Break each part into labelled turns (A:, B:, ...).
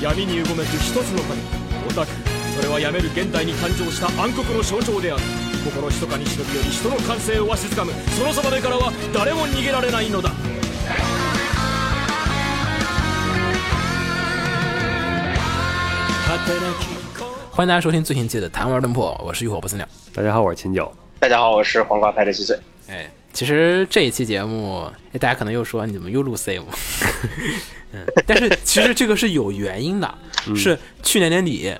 A: 闇にうごめく一つの影オタクそれはやめる現代に誕生した暗黒の象徴である心ひとかに忍び寄り人の感性をわしづかむその定めからは誰も逃げられないのだ
B: 欢迎大家收听最新期的《谈玩论破》，我是浴火不死鸟。
C: 大家好，我是秦九。
D: 大家好，我是黄瓜派的七岁。
B: 哎，其实这一期节目，哎，大家可能又说你怎么又录 same？嗯，但是其实这个是有原因的，是去年年底，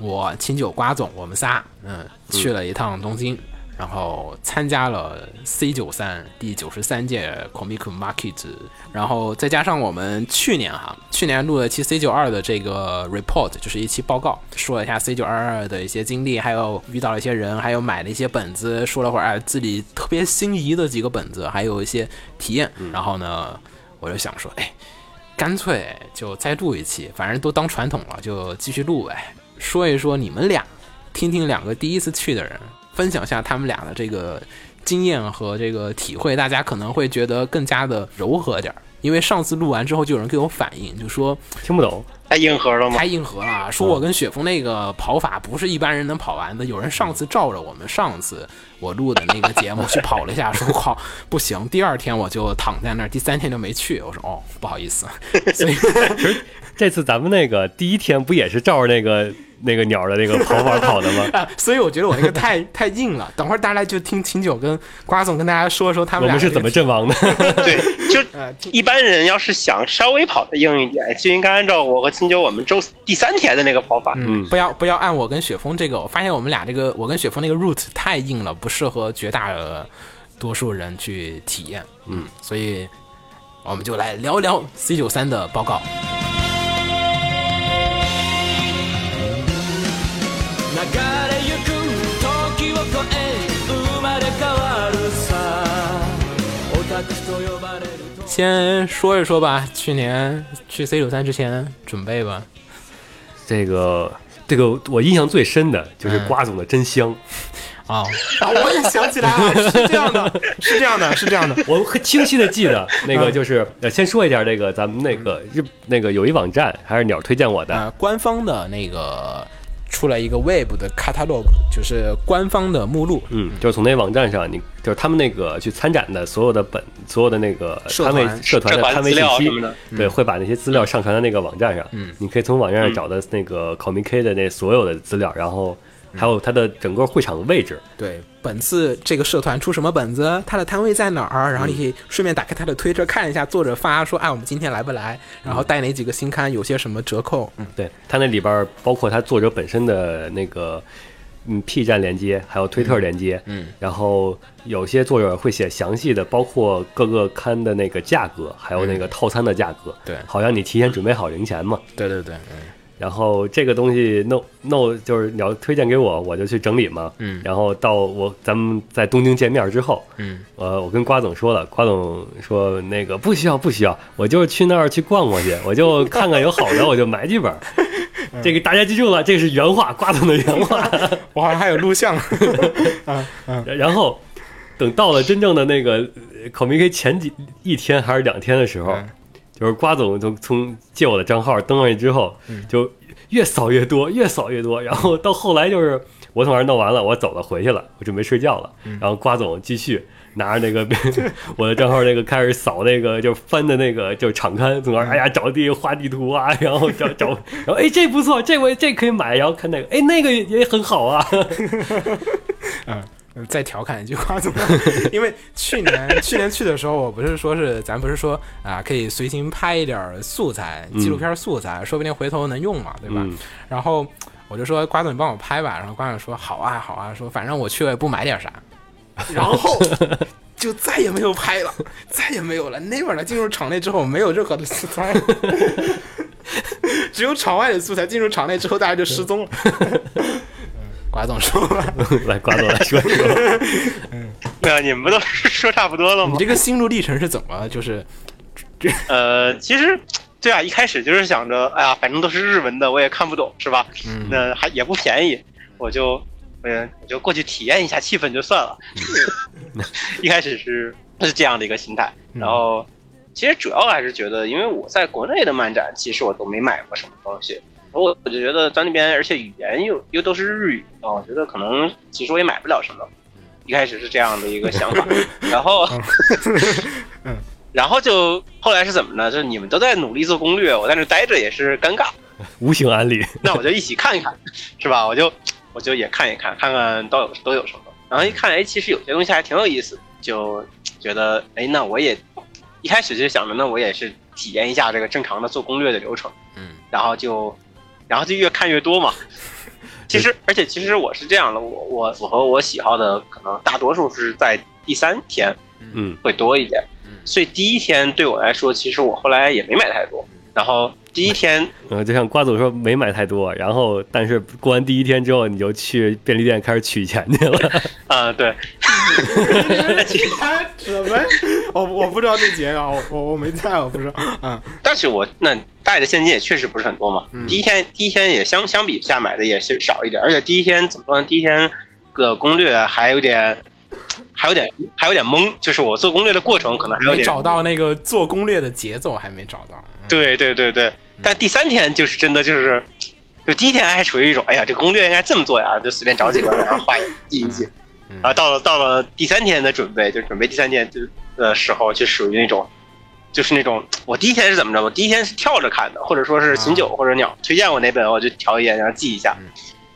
B: 我秦九瓜总我们仨，嗯，去了一趟东京，然后参加了 C 九三第九十三届 Comic Market，然后再加上我们去年哈，去年录了一期 C 九二的这个 report，就是一期报告，说了一下 C 九二二的一些经历，还有遇到了一些人，还有买了一些本子，说了会儿哎自己特别心仪的几个本子，还有一些体验，然后呢，我就想说，哎。干脆就再录一期，反正都当传统了，就继续录呗。说一说你们俩，听听两个第一次去的人分享下他们俩的这个经验和这个体会，大家可能会觉得更加的柔和点儿。因为上次录完之后，就有人给我反映，就说
C: 听不懂，
D: 太哎硬核了吗
B: 太？硬核了，说我跟雪峰那个跑法不是一般人能跑完的。有人上次照着我们上次我录的那个节目去跑了一下，说靠不行，第二天我就躺在那儿，第三天就没去。我说哦，不好意思， 所以
C: 这次咱们那个第一天不也是照着那个那个鸟的那个跑法跑的吗？
B: 啊，所以我觉得我那个 太太硬了。等会儿大家就听秦九跟瓜总跟大家说说他
C: 我
B: 们俩
C: 们是
B: 这个
C: 怎么阵亡的？
D: 对，就
B: 呃听
D: 一般人要是想稍微跑得硬一点，就应该按照我和秦九我们周四第三天的那个跑法。
C: 嗯，
B: 不要不要按我跟雪峰这个，我发现我们俩这个我跟雪峰那个 route 太硬了，不适合绝大多数人去体验。嗯，所以我们就来聊聊 C 九三的报告。
A: 流れゆく時を越え生まれ変わるさオタクと呼ばれると
B: 先说一说吧，去年去 C 九三之前准备吧，
C: 这个这个我印象最深的就是
B: 嗯
C: 瓜总的真香，
B: 啊、 啊，我也想起来了，是这样的，是这样的，是这样的，
C: 我很清晰的记得那个就是呃先说一下这个咱们那个日那个有一网站还是鸟推荐我 的，
B: 呃，官方的那个出了一个 Web 的 catalog，就是官方的目录。
C: 嗯，就是从那网站上你就是他们那个去参展的所有的本所有的那个
B: 社
C: 摊
B: 团
C: 位社团
D: 社
C: 的
D: 团
C: 摊位信
D: 资料
C: 息
D: 什么的，
C: 对，会把那些资料上传到那个网站上。
B: 嗯
C: 你可以从网站上找到那个 Comic K 的那所有的资料，然后还有它的整个会场的位置。
B: 对，本次这个社团出什么本子，它的摊位在哪儿，然后你可以顺便打开它的推特看一下作者发说，哎，我们今天来不来，然后带哪几个新刊，有些什么折扣。嗯，
C: 对，它那里边儿包括它作者本身的那个。嗯，P 站连接，还有推特连接，
B: 嗯嗯
C: 然后有些作者会写详细的，包括各个刊的那个价格，还有那个套餐的价格，
B: 对
C: 好让你提前准备好零钱嘛。
B: 对对嗯对，
C: 然后这个东西弄弄就是你要推荐给我，我就去整理嘛。
B: 嗯
C: 然后到我咱们在东京见面之后，
B: 嗯
C: 呃，我跟瓜总说了，瓜总说那个不需要不需要，我就是去那儿去逛逛去，我就看看有好的 我就买几本儿。这个大家记住了，这是原话，瓜总的原话。
B: 嗯，我好像还有录像。嗯嗯，
C: 然 后等到了真正的那个考明 K 前几一天还是两天的时候，
B: 嗯
C: 就是瓜总从从借我的账号登上去之后，就越扫越多，越扫越多，然后到后来就是我从那儿弄完了，我走了回去了，我准备睡觉了，然后瓜总继续。拿着那个 我的账号那个开始扫那个就翻的那个就是场刊，从那儿哎呀找地画地图啊，然后找找，然后哎这不错，这我这可以买，然后看那个哎那个也很好啊，
B: 嗯再调侃一句话怎么？ 因为去年去年去的时候，我不是说是咱不是说啊，可以随行拍一点儿素材，纪录片素材，说不定回头能用嘛，对吧？
C: 嗯
B: 然后我就说瓜总，你帮我拍吧。然后瓜总说好啊，好啊，说反正我去了也不买点啥。然后就再也没有拍了， 再也没有了。那边的进入场内之后，没有任何的素材， 只有场外的素材。进入场内之后，大家就失踪了。 嗯瓜总说吧，
C: 来瓜总来说一说。
D: 对啊，你们不都是说差不多了吗
B: 你？这个心路历程是怎么就是
D: 呃，其实。对啊，一开始就是想着，哎呀，反正都是日文的，我也看不懂，是吧？
B: 嗯
D: 那还也不便宜，我就，嗯，我就过去体验一下 气氛就算了。一开始是是这样的一个心态，然后其实主要还是觉得，因为我在国内的漫展，其实我都没买过什么东西，我我就觉得在那边，而且语言又又都是日语啊，我觉得可能其实我也买不了什么。一开始是这样的一个想法，然后， 然后就后来是怎么呢？就是你们都在努力做攻略，我在那待着也是尴尬，
C: 无形安利，
D: 那我就一起看一看，是吧？我就我就也看一看，看看都有都有什么。然后一看，哎，其实有些东西还挺有意思，就觉得，哎，那我也一开始就想着，那我也是体验一下这个正常的做攻略的流程。
B: 嗯，
D: 然后就，然后就越看越多嘛。其实，而且其实我是这样的，我我我和我喜好的可能大多数是在第三天
C: 嗯
D: 会多一点
B: 嗯，
D: 所以第一天对我来说，其实我后来也没买太多。然后第一天
C: 呃，就像瓜总说没买太多，然后但是过完第一天之后，你就去便利店开始取钱去了。
D: 啊，对，嗯
E: 他什么？我我不知道这节啊，我我我没在，我不知道。嗯
D: 但是我那带的现金也确实不是很多嘛。
B: 嗯
D: 第一天第一天也相相比下买的也是少一点，而且第一天怎么说呢？第一天个攻略还有点，还有点还有点懵，就是我做攻略的过程可能还有
B: 没
D: 点
B: 找到那个做攻略的节奏，还没找到。嗯
D: 对对对对，但第三天就是真的就是，就第一天还处于一种哎呀，这攻略应该这么做呀，就随便找几个然后画一记一记，然后到了到了第三天的准备，就准备第三天就的时候，就属于那种，就是那种我第一天是怎么着？我第一天是跳着看的，或者说是秦九或者鸟推荐我哪本，我就瞟一眼然后记一下。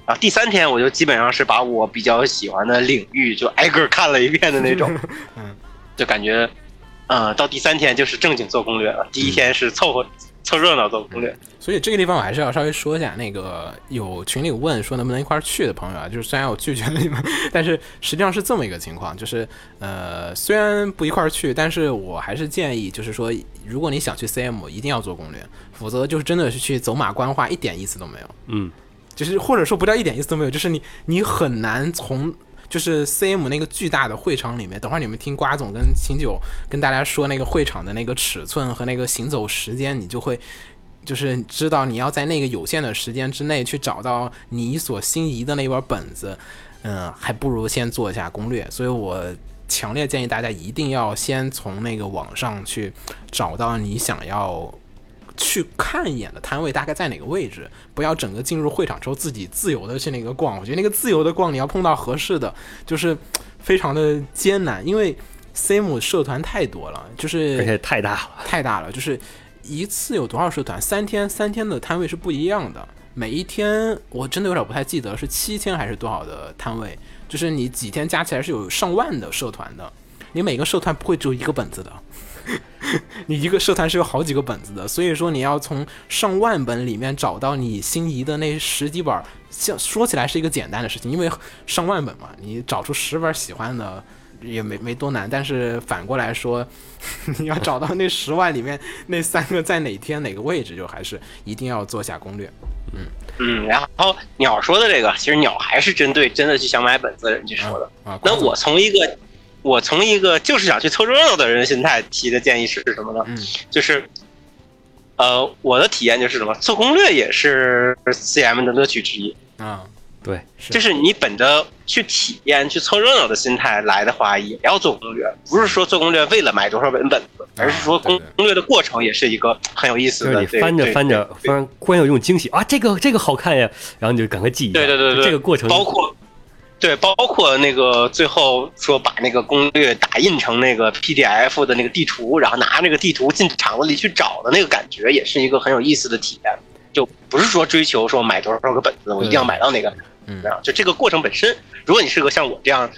D: 然后第三天我就基本上是把我比较喜欢的领域就挨个看了一遍的那种，
E: 嗯，
D: 就感觉，呃，到第三天就是正经做攻略了，第一天是凑合凑热闹做攻略，
B: 所以这个地方我还是要稍微说一下，那个有群里问说能不能一块儿去的朋友啊，就是虽然我拒绝了你们， 但是实际上是这么一个情况，就是呃，虽然不一块儿去，但是我还是建议，就是说，如果你想去 CM，一定要做攻略，否则就是真的是去走马观花，一点意思都没有。
C: 嗯，
B: 就是或者说不叫一点意思都没有，就是你你很难从就是 CM 那个巨大的会场里面，等会儿你们听瓜总跟秦九跟大家说那个会场的那个尺寸和那个行走时间，你就会。就是知道你要在那个有限的时间之内去找到你所心仪的那本本子，嗯，还不如先做一下攻略。所以我强烈建议大家一定要先从那个网上去找到你想要去看一眼的摊位大概在哪个位置，不要整个进入会场之后自己自由的去那个逛。我觉得那个自由的逛，你要碰到合适的，就是嘖非常的艰难，因为 CM 社团太多了，就是
C: 而且太大了，
B: 太大了，就是一次有多少社团？三天，三天的摊位是不一样的。每一天我真的有点不太记得是七天还是多少的摊位，就是你几天加起来是有上万的社团的，你每个社团不会只有一个本子的，你一个社团是有好几个本子的，所以说你要从上万本里面找到你心仪的那十几本儿，像说起来是一个简单的事情，因为上万本嘛，你找出十本喜欢的也没 没多难，但是反过来说， 你要找到那十万里面那三个在哪天哪个位置，就还是一定要做下攻略。
D: 嗯，然后鸟说的这个，其实鸟还是针对真的去想买本子的人去说
C: 嗯
D: 的。
B: 啊，
D: 那我从一个我从一个就是想去凑热闹的人心态提的建议是什么呢？
B: 嗯
D: 就是，呃，我的体验就是什么，做攻略也是 CM 的乐趣之一。
B: 啊，
C: 对，
B: 是
D: 就是你本着去体验、去凑热闹的心态来的话，也要做攻略。不是说做攻略为了买多少本本子，而是说攻
B: 对对
D: 攻略的过程也是一个很有意思
C: 啊就是
D: 的。
C: 你翻着翻着，突然忽然有一种惊喜啊，这个这个好看呀，然后你就赶快记一下。
D: 对对对对，
C: 这个过程
D: 包括对，包括那个最后说把那个攻略打印成那个 PDF 的那个地图，然后拿那个地图进厂子里去找的那个感觉，也是一个很有意思的体验。就不是说追求说买多少个本子，我一定要买到哪个，
B: 嗯
D: 啊，就这个过程本身，如果你是个像我这样，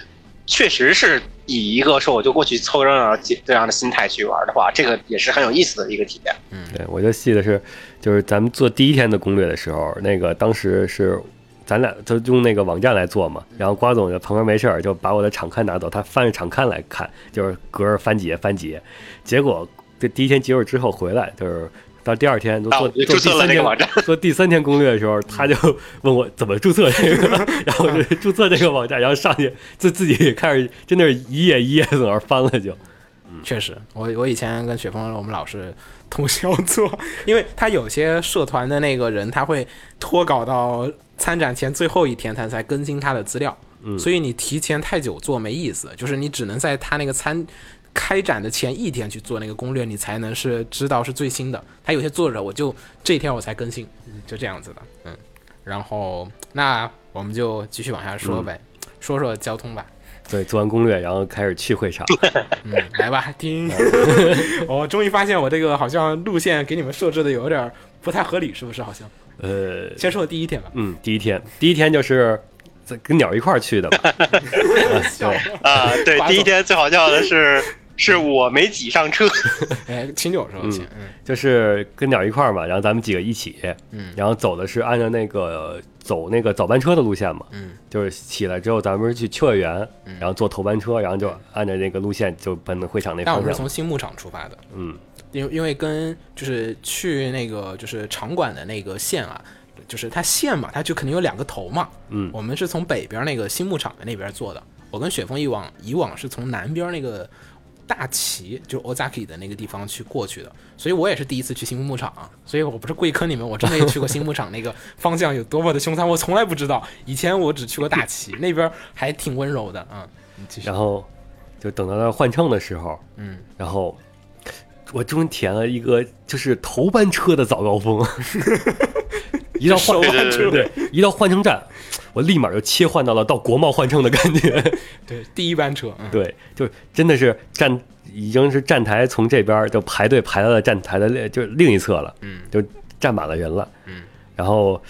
D: 确实是以一个说我就过去凑热闹这样的心态去玩的话，这个也是很有意思的一个体验。
C: 对，我就记得是，就是咱们做第一天的攻略的时候，那个当时是咱俩就用那个网站来做嘛，然后瓜总在旁边没事儿就把我的场刊拿走，他翻着场刊来看，就是隔着翻节翻节，结果这第一天结束之后回来就是。到第二天就
D: 啊
C: 做
D: 我就
C: 做
D: 注
C: 第
D: 册了
C: 三
D: 那个
C: 天
D: 网站
C: 做第三天攻略的时候，他就问我怎么注册这个， 然后我就注册这个网站，然后上去自自己开始真的是一页一页在那儿翻了就，
B: 确实，我我以前跟雪峰我们老是通宵做， 因为他有些社团的那个人他会拖稿到参展前最后一天，他才更新他的资料。所以你提前太久做没意思，就是你只能在他那个参开展的前一天去做那个攻略，你才能是知道是最新的。它有些作者我就这一天我才更新，就这样子的。嗯，然后那我们就继续往下说呗，说说交通吧。
C: 对，做完攻略，然后开始去 会场。
B: 嗯，来 吧，听。 我终于发现我这个好像路线给你们设置的有点儿不太合理，是不是？好像
C: 呃，
B: 先说第一天吧。
C: 嗯，第一天，第一天就是在跟鸟一块儿去的 嘛。
D: 啊，对
B: 瓜，总
D: 第一天最好笑的是，是我没挤上车，
B: 哎，秦九说先，嗯
C: 就是跟鸟一块儿嘛，然后咱们几个一起，
B: 嗯
C: 然后走的是按照那个走那个早班车的路线嘛，
B: 嗯，
C: 就是起来之后咱们是去秋叶原，然后坐头班车，然后就按照那个路线就奔会场那
B: 但我
C: 方
B: 们是
C: 向，
B: 从新牧场出发的，
C: 嗯，
B: 因为因为跟就是去那个就是场馆的那个线啊，就是它线嘛，它就肯定有两个头嘛。
C: 嗯
B: 我们是从北边那个新牧场的那边做的，我跟雪峰以往以往是从南边那个大崎，就是 Ozaki 的那个地方去过去的，所以我也是第一次去新牧场，啊所以我不是故意坑你们，我真没去过新牧场那个方向有多么的凶残，我从来不知道，以前我只去过大崎那边还挺温柔的啊。嗯继续
C: 然后就等到那儿换乘的时候，
B: 嗯，
C: 然后我终于填了一个就是头班车的早高 峰，一到换
D: 手班车
C: 对，一到换乘站，我立马就切换到了到国贸换乘的感觉。
B: 对，第一班车，嗯，
C: 对，就是真的是站，已经是站台从这边儿就排队排到了站台的另就是另一侧了，
B: 嗯，
C: 就站满了人了，
B: 嗯，
C: 然后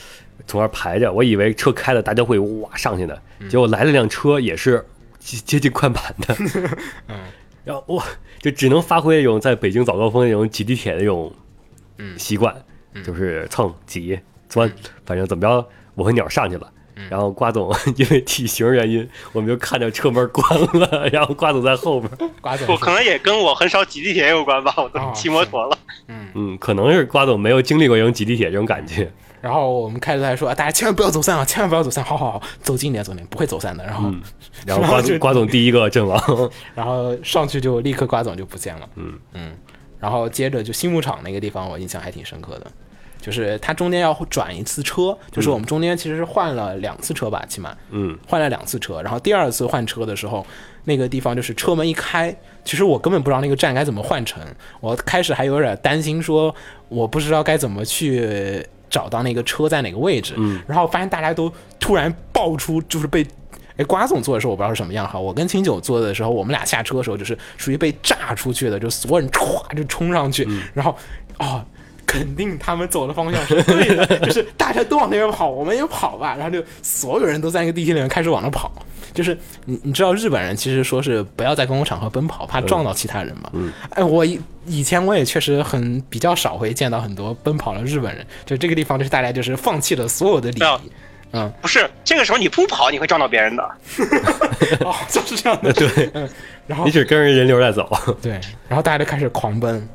C: 从那儿排着，我以为车开了大家会哇上去呢，结果来了辆车也是接接近快满 的，
B: 嗯，
C: 然后哇，就只能发挥那种在北京早高峰那种挤地铁的那种
B: 嗯
C: 习惯，就是蹭挤钻，反正怎么着，我和鸟上去了。然后瓜总 因为体型原因，我们就看着车门关了， 然后瓜总在后边，
B: 瓜总
D: 我
B: 说
D: 可能也跟我很少挤地铁有关吧，我
B: 啊
D: 都骑摩托了。
C: 嗯，可能是瓜总没有经历过这种挤地铁这种感觉，
B: 然后我们开头还说啊，大家千万不要走散啊，千万不要走散，好好好，走近点，走近点，不会走散的。然后，
C: 然后
B: 然
C: 瓜
B: 后就
C: 总瓜总第一个阵亡，
B: 然后上去就立刻瓜总就不见了。嗯嗯，然后接着就新牧场那个地方，我印象还挺深刻的，就是它中间要转一次车，就是我们中间其实是换了两次车吧，起码
C: 嗯，
B: 换了两次车。然后第二次换车的时候，那个地方就是车门一开，其实我根本不知道那个站该怎么换乘，我开始还有点担心说我不知道该怎么去。找到那个车在哪个位置，然后发现大家都突然爆出，就是被哎，瓜总做的时候我不知道是什么样哈，我跟清九做的时候，我们俩下车的时候就是属于被炸出去的，就所有人歘就冲上去，然后哦，肯定他们走的方向是对的， 就是大家都往那边跑，我们也跑吧，然后就所有人都在那个地铁里面开始往那跑，就是你你知道日本人其实说是不要在公共场合奔跑，怕撞到其他人嘛。嗯，哎，我以以前我也确实很比较少会见到很多奔跑的日本人，就这个地方就是大家就是放弃了所有的礼
D: 没有
B: 仪。嗯，
D: 啊不是，这个时候你不跑，你会撞到别人的。
B: 哦，就是这样的，对，嗯，然后
C: 你只跟着人流在走，
B: 对，然后大家就开始狂奔。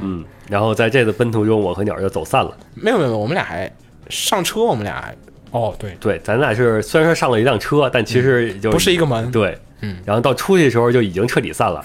C: 嗯，然后在这次奔途中，我和鸟儿就走散了。
B: 没有没有，我们俩还上车，我们俩哦对，
C: 对，咱俩是虽然说上了一辆车，但其实就
B: 不是一个门
C: 对，
B: 嗯，
C: 然后到出去的时候就已经彻底散了，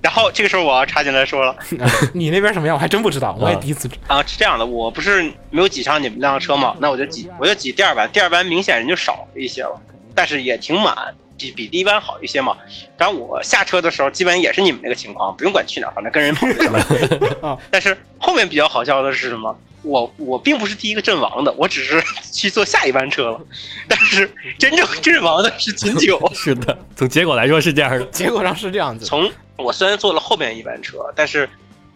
D: 然后这个时候我要插进来说了
B: 你那边什么样我还真不知道，我也第一次知。
D: 啊，是这样的，我不是没有挤上你们那辆车嘛，那我就挤，我就挤第二班，第二班明显人就少一些了，但是也挺满，比比第一班好一些嘛。然后我下车的时候，基本也是你们那个情况，不用管去哪儿，反正跟人跑就行了。但是后面比较好笑的是什么？我我并不是第一个阵亡的，我只是 去坐下一班车了。但是真正阵亡的是秦九，
C: 是的， 从结果来说是这样的，
B: 结果上是这样子，
D: 从我虽然坐了后面一班车，但是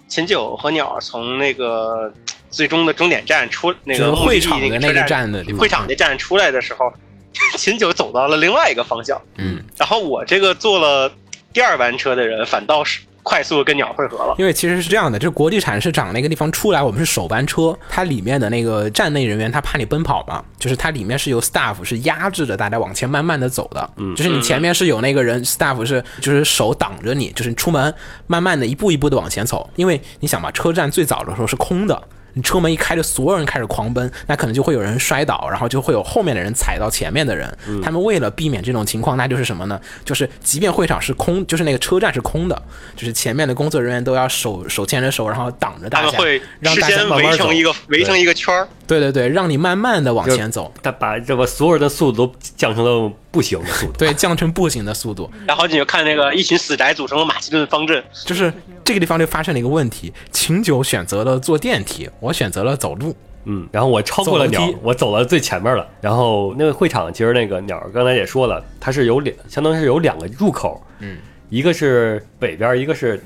D: 秦九和鸟儿从那个最终的终点站出那
B: 就是
D: 个
B: 会场的
D: 那
B: 那个
D: 站，
B: 站的地方，
D: 会场那站出来的时候， 秦九走到了另外一个方向，
B: 嗯，
D: 然后我这个坐了第二班车的人反倒是快速跟鸟儿汇合了。
B: 因为其实是这样的，就是国际产市场那个地方出来，我们是首班车，它里面的那个站内人员他怕你奔跑嘛，就是它里面是有 staff 是压制着大家往前慢慢的走的，嗯，就是你前面是有那个人 staff 是就是手挡着你，就是你出门慢慢的一步一步的往前走，因为你想嘛，车站最早的时候是空的。你车门一开，就所有人开始狂奔，那可能就会有人摔倒，然后就会有后面的人踩到前面的人。
D: 嗯
B: 他们为了避免这种情况，那就是什么呢？就是即便会场是空，就是那个车站是空的，就是前面的工作人员都要手手牵着手，然后挡着
D: 他
B: 大
D: 们
B: 家
D: 会，
B: 让
D: 事
B: 大家
D: 先
B: 慢
D: 围
B: 慢走
D: 成。一个围成一个圈儿，
B: 对对对，让你慢慢的往前走，
C: 他把这把所有人的速度都降成了不行的速度。
B: 对，降成步行的速度。
D: 然后你就看那个一群死宅组成了马其顿方阵，
B: 就是这个地方就发生了一个问题，秦九选择了坐电梯，我选择了走路。
C: 嗯，然后我超过了
B: 走
C: 鸟
B: 楼梯，
C: 我走了最前面了。然后那个会场其实那个鸟儿刚才也说了，它是有两，相当于是有两个入口，
B: 嗯，
C: 一个是北边，一个是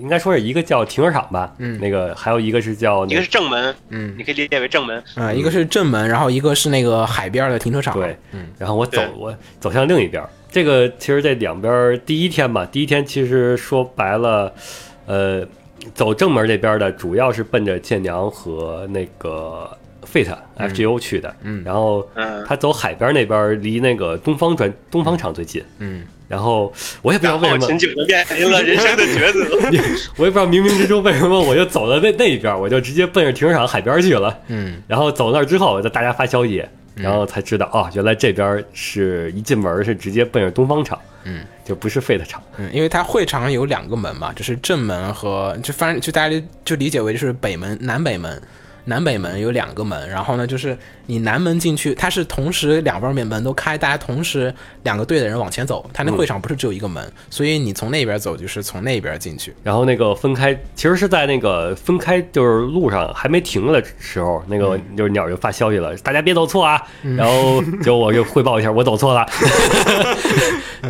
C: 应该说是一个叫停车场吧，嗯，那个还有一个是叫
D: 一
C: 那
D: 个
C: 个
D: 是正门，
B: 嗯
D: 你可以理解为正门，
B: 啊、一个是正门，然后一个是那个海边的停车场。
C: 对，
B: 嗯，
C: 然后我走
D: 对
C: 我走向另一边儿。这个其实这两边儿第一天吧，第一天其实说白了，呃，走正门这边儿的主要是奔着建娘和那个 Fate FGO 去的，
B: 嗯
C: 然后
D: 嗯
C: 他走海边那边儿离那个东方转东方场最近，
B: 嗯，
C: 然后我也不知道
D: 然
C: 为什
D: 后
C: 么，
D: 秦九就面临了人生的 抉择。
C: 我也不知道冥冥之中为什么我就走到那那一边儿，我就直接奔着停车场海边儿去了，
B: 嗯，
C: 然后走那儿之后，就大家发消息，然后才知道啊、原来这边儿是一进门儿是直接奔着东方场，
B: 嗯，
C: 就不是 Fate 场，
B: 嗯，因为它会场有两个门嘛，就是正门和就反正就大家就理解为就是北门、南北门。南北门有两个门，然后呢，就是你南门进去，它是同时两边面门都开，大家同时两个队的人往前走，它那会场不是只有一个门，所以你从那边走就是从那边进去。
C: 然后那个分开，其实是在那个分开就是路上还没停的时候，那
B: 嗯
C: 个就是鸟就发消息了，大家别走错啊。然后就我就汇报一下，我走错 了。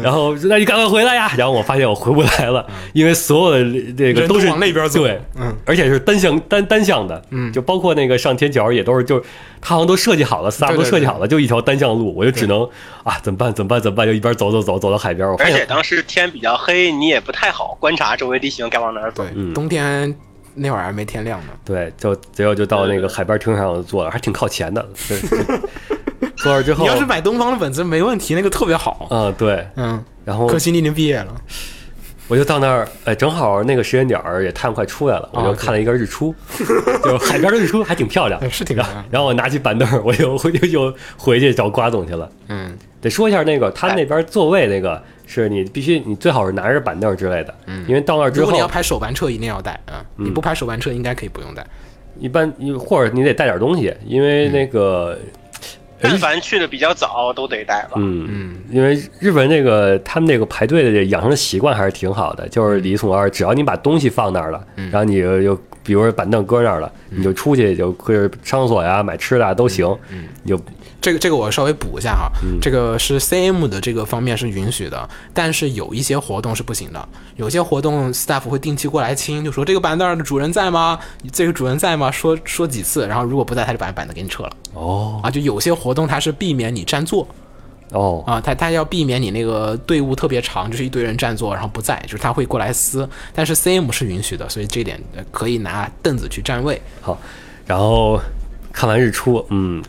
C: 然后那你赶快回来呀！然后我发现我回不来了，因为所有的这
B: 嗯
C: 个
B: 人都
C: 是
B: 往那边走嗯
C: 对，而且是单向单单向的，嗯，就包括那个上天桥也都是，就是他好像都设计好了，仨
B: 对
C: 都
B: 对
C: 设计
B: 对
C: 好了，就一条单向路，我就只能啊怎么办？怎么办？怎么办？就一边走走走走到海边，我发
D: 而且
C: 现
D: 当时天比较黑，你也不太好观察周围地形该往哪儿走
B: 对。，冬天那会儿还没天亮呢。
C: 对，就结果就到那个海边停车场坐了，还挺靠前的。对对 坐那儿之后
B: 你，要是买东方的本子没问题，那个特别好。
C: 哦嗯，对，
B: 嗯，
C: 然后
B: 可惜你已经毕业了。
C: 我就到那儿，哎，正好那个时间点儿也太阳快出来了，我就看了一个日出， 就是海边的日出还挺漂亮
B: 啊哎，是挺漂
C: 然
B: 亮
C: 后然后我拿起板凳儿，我就我就又 回去找瓜总去了。
B: 嗯哎
C: 得说一下那个，他那边座位那个是你必须你最好是拿着板凳之类的，因为到那儿
B: 嗯
C: 之
B: 如果
C: 后嗯
B: 你要拍手办车，一定要带啊！你不拍手办车，应该可以不用带。
C: 一般或者你得带点东西，因为
B: 嗯
C: 那个
D: 但凡去的比较早，都得带吧。
C: 嗯嗯，因为日本这个他们这个排队的这养成的习惯还是挺好的，就是礼从而，只要你把东西放那儿了，然后你就就比如说板凳搁那儿了，你就出去就或者上厕所呀、买吃的啊都行，你就
B: 这个这个我稍微补一下哈，
C: 嗯
B: 这个是 CM 的这个方面是允许的，但是有一些活动是不行的。有些活动 staff 会定期过来清，就说这个板凳的主人在吗？这个主人在吗？说说几次，然后如果不在，他就把板凳给你撤了
C: 哦
B: 啊。就有些活动它是避免你占座
C: 哦
B: 啊，他他要避免你那个队伍特别长，就是一堆人占座然后不在，就是他会过来撕。但是 CM 是允许的，所以这点呃可以拿凳子去占位。
C: 好，然后看完日出，嗯，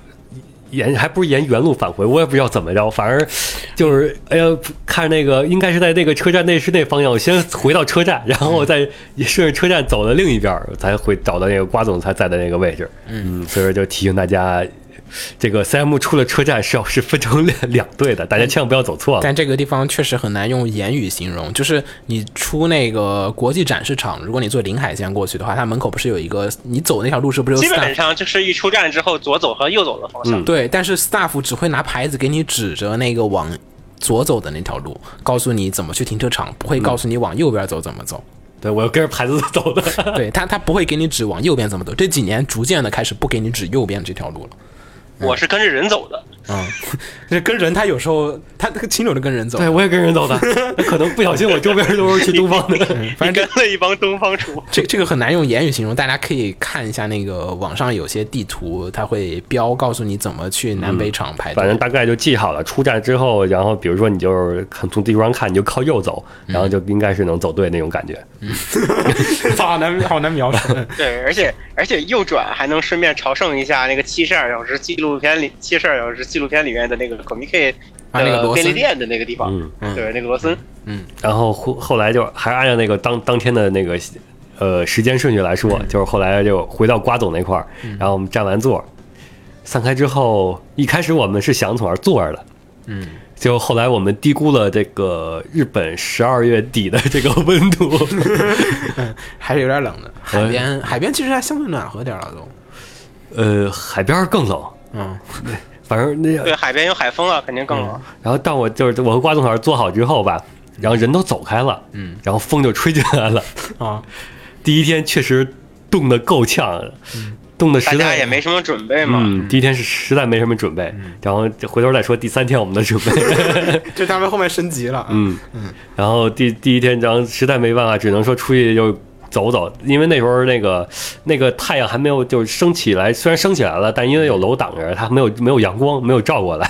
C: 沿还不是沿原路返回，我也不知道怎么着，反正就是哎呀，看那个应该是在那个车站内是那方向，我先回到车站，然后我再顺着车站走到另一边儿，才会找到那个瓜总他在的那个位置。嗯，所以说就提醒大家。这个 CM 出了车站是要是分成两两队的，大家千万不要走错了。
B: 但这个地方确实很难用言语形容。就是你出那个国际展示场，如果你坐临海线过去的话，它门口不是有一个，你走那条路是不是有
D: 基
B: staff？
D: 本上就是一出站之后左走和右走的方向。
B: 对，但是 staff 只会拿牌子给你指着那个往左走的那条路，告诉你怎么去停车场，不会告诉你往右边走怎么走。
C: 对我跟着牌子走的，
B: 对他，他不会给你指往右边怎么走。这几年逐渐的开始不给你指右边这条路了。
D: 我是跟着人走的，
B: 嗯，这跟人他有时候他他清楚的跟人走，
C: 对我也跟着走的。 嗯可能不小心我周边都是去东方 的。
D: 你跟了一帮东方厨。
B: 这这个很难用言语形容，大家可以看一下那个网上有些地图，它会标告诉你怎么去南北场排队。
C: 嗯反正大概就记好了。出站之后，然后比如说你就是看从地图上看，你就靠右走，然后就应该是能走对那种感觉。
E: 好难好难描述。
D: 对，而且而且右转还能顺便朝圣一下那个七十二小时纪录片里七十二小时纪录片里面的那个 Comic
B: 啊那个
D: 的
B: 罗森
D: 便利店的那个地方，
C: 嗯
D: 对，那个罗森。
C: 然后后后来就还是按照那个当当天的那个呃时间顺序来说，就是后来就回到瓜总那块儿，然后我们占完座，散开之后，一开始我们是想从那儿坐着的，
B: 嗯，
C: 就后来我们低估了这个日本十二月底的这个温度。嗯
B: 还是有点冷的。海边海边其实还相对暖和点了都。
C: 呃，海边儿更冷，
B: 嗯，
C: 反正那
D: 对，海边有海风啊，肯定更冷。
C: 然后但我就是我和瓜总老师做好之后吧，然后人都走开了，
B: 嗯，
C: 然后风就吹进来了。
B: 啊，
C: 第一天确实冻得够呛，冻得
D: 大
C: 实
D: 家
C: 在
D: 也没什么嗯准备嘛。
C: 嗯，第一天是实在没什么准备，然后回头再说第三天我们的准备。
E: 这他们后面升级
B: 啊
E: 了，嗯，
C: 嗯，然后第第一天，然后实在没办法，只能说出去就走走，因为那时候那个那个太阳还没有就是升起来，虽然升起来了，但因为有楼挡着，它没有没有阳光，没有照过来。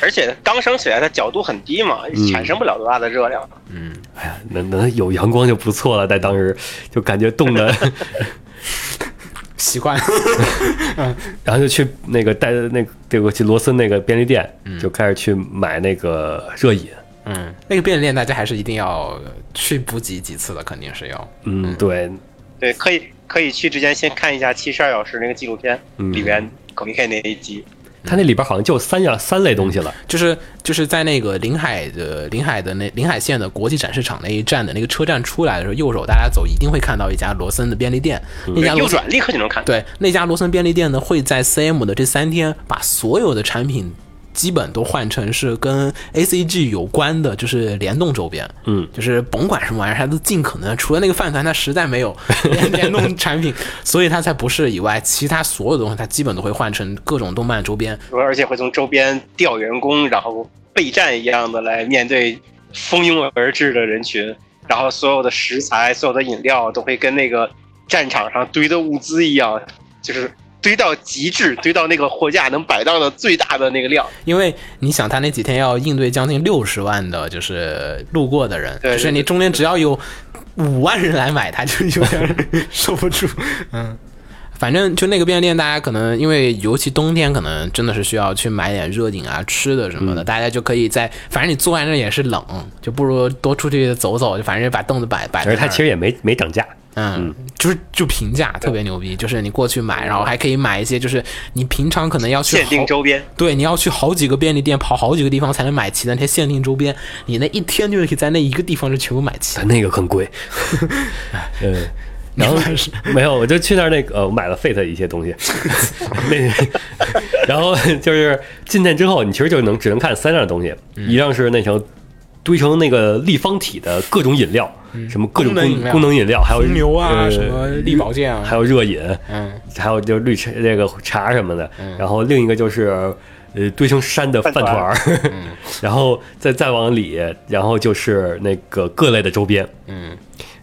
D: 而且刚升起来，它角度很低嘛，产生不了多大的热量。
C: 哎呀，能能有阳光就不错了，在当时就感觉冻得，
B: 习惯了，
C: 然后就去那个带那个对我去罗森那个便利店，就开始去买那个热饮。
B: 嗯，那个便利店大家还是一定要去补给几次的，肯定是要，
C: 嗯，对，
D: 对，可以可以去之前先看一下《七十二小时》那个纪录片，
C: 嗯
D: 里边 KK 那一集，
C: 它那里边好像就三样三类东西了。
B: 就是就是在那个临海的临海的那临海县的国际展示场那一站的那个车站出来的时候，右手大家走一定会看到一家罗森的便利店，那家
D: 嗯右
B: 罗森
D: 转立刻就能看。
B: 对那家罗森便利店呢会在 CM 的这三天把所有的产品。基本都换成是跟 ACG 有关的，就是联动周边，
C: 嗯，
B: 就是甭管什么玩意儿，它都尽可能除了那个饭团，它实在没 有联联动产品，所以它才不是以外，其他所有的东西它基本都会换成各种动漫周边，
D: 而且会从周边调员工，然后备战一样的来面对蜂拥而至的人群，然后所有的食材、所有的饮料都会跟那个战场上堆的物资一样，就是堆到极致，堆到那个货架能摆到的最大的那个量。
B: 因为你想，他那几天要应对将近六十万的，就是路过的人，
D: 对
B: 就是你中间只要有五万人来买，他就有点 受不住。嗯，反正就那个便利店，大家可能因为尤其冬天，可能真的是需要去买点热饮啊、吃的什么
D: 嗯
B: 的，大家就可以在，反正你坐在那儿也是冷，就不如多出去走走，就反正把凳子摆摆在那
C: 而
B: 儿。
C: 且它其实也没没涨价，
B: 嗯，就是就平价特别牛逼，就是你过去买，然后还可以买一些，就是你平常可能要去
D: 限定
B: 好
D: 周边，
B: 对，你要去好几个便利店，跑好几个地方才能买齐的那些限定周边，你那一天就可以在那一个地方就全部买齐
C: 它。那个 很贵。嗯，然后没有，我就去那儿那个呃，我买了 Fate 一些 东西。那然后就是进店之后，你其实就能只能看三样东西，
B: 嗯
C: 一样是那成堆成那个立方体的各种饮料，什么各种
B: 功能饮
C: 功
B: 料
C: 功能饮料，还有
B: 嗯红牛啊，
C: 呃
B: 什么力保健啊，
C: 还有热饮，
B: 嗯，
C: 还有就是绿茶那个茶什么的，然后另一个就是呃堆成山的饭团儿， 嗯然后再再往里，然后就是那个各类的周边，嗯，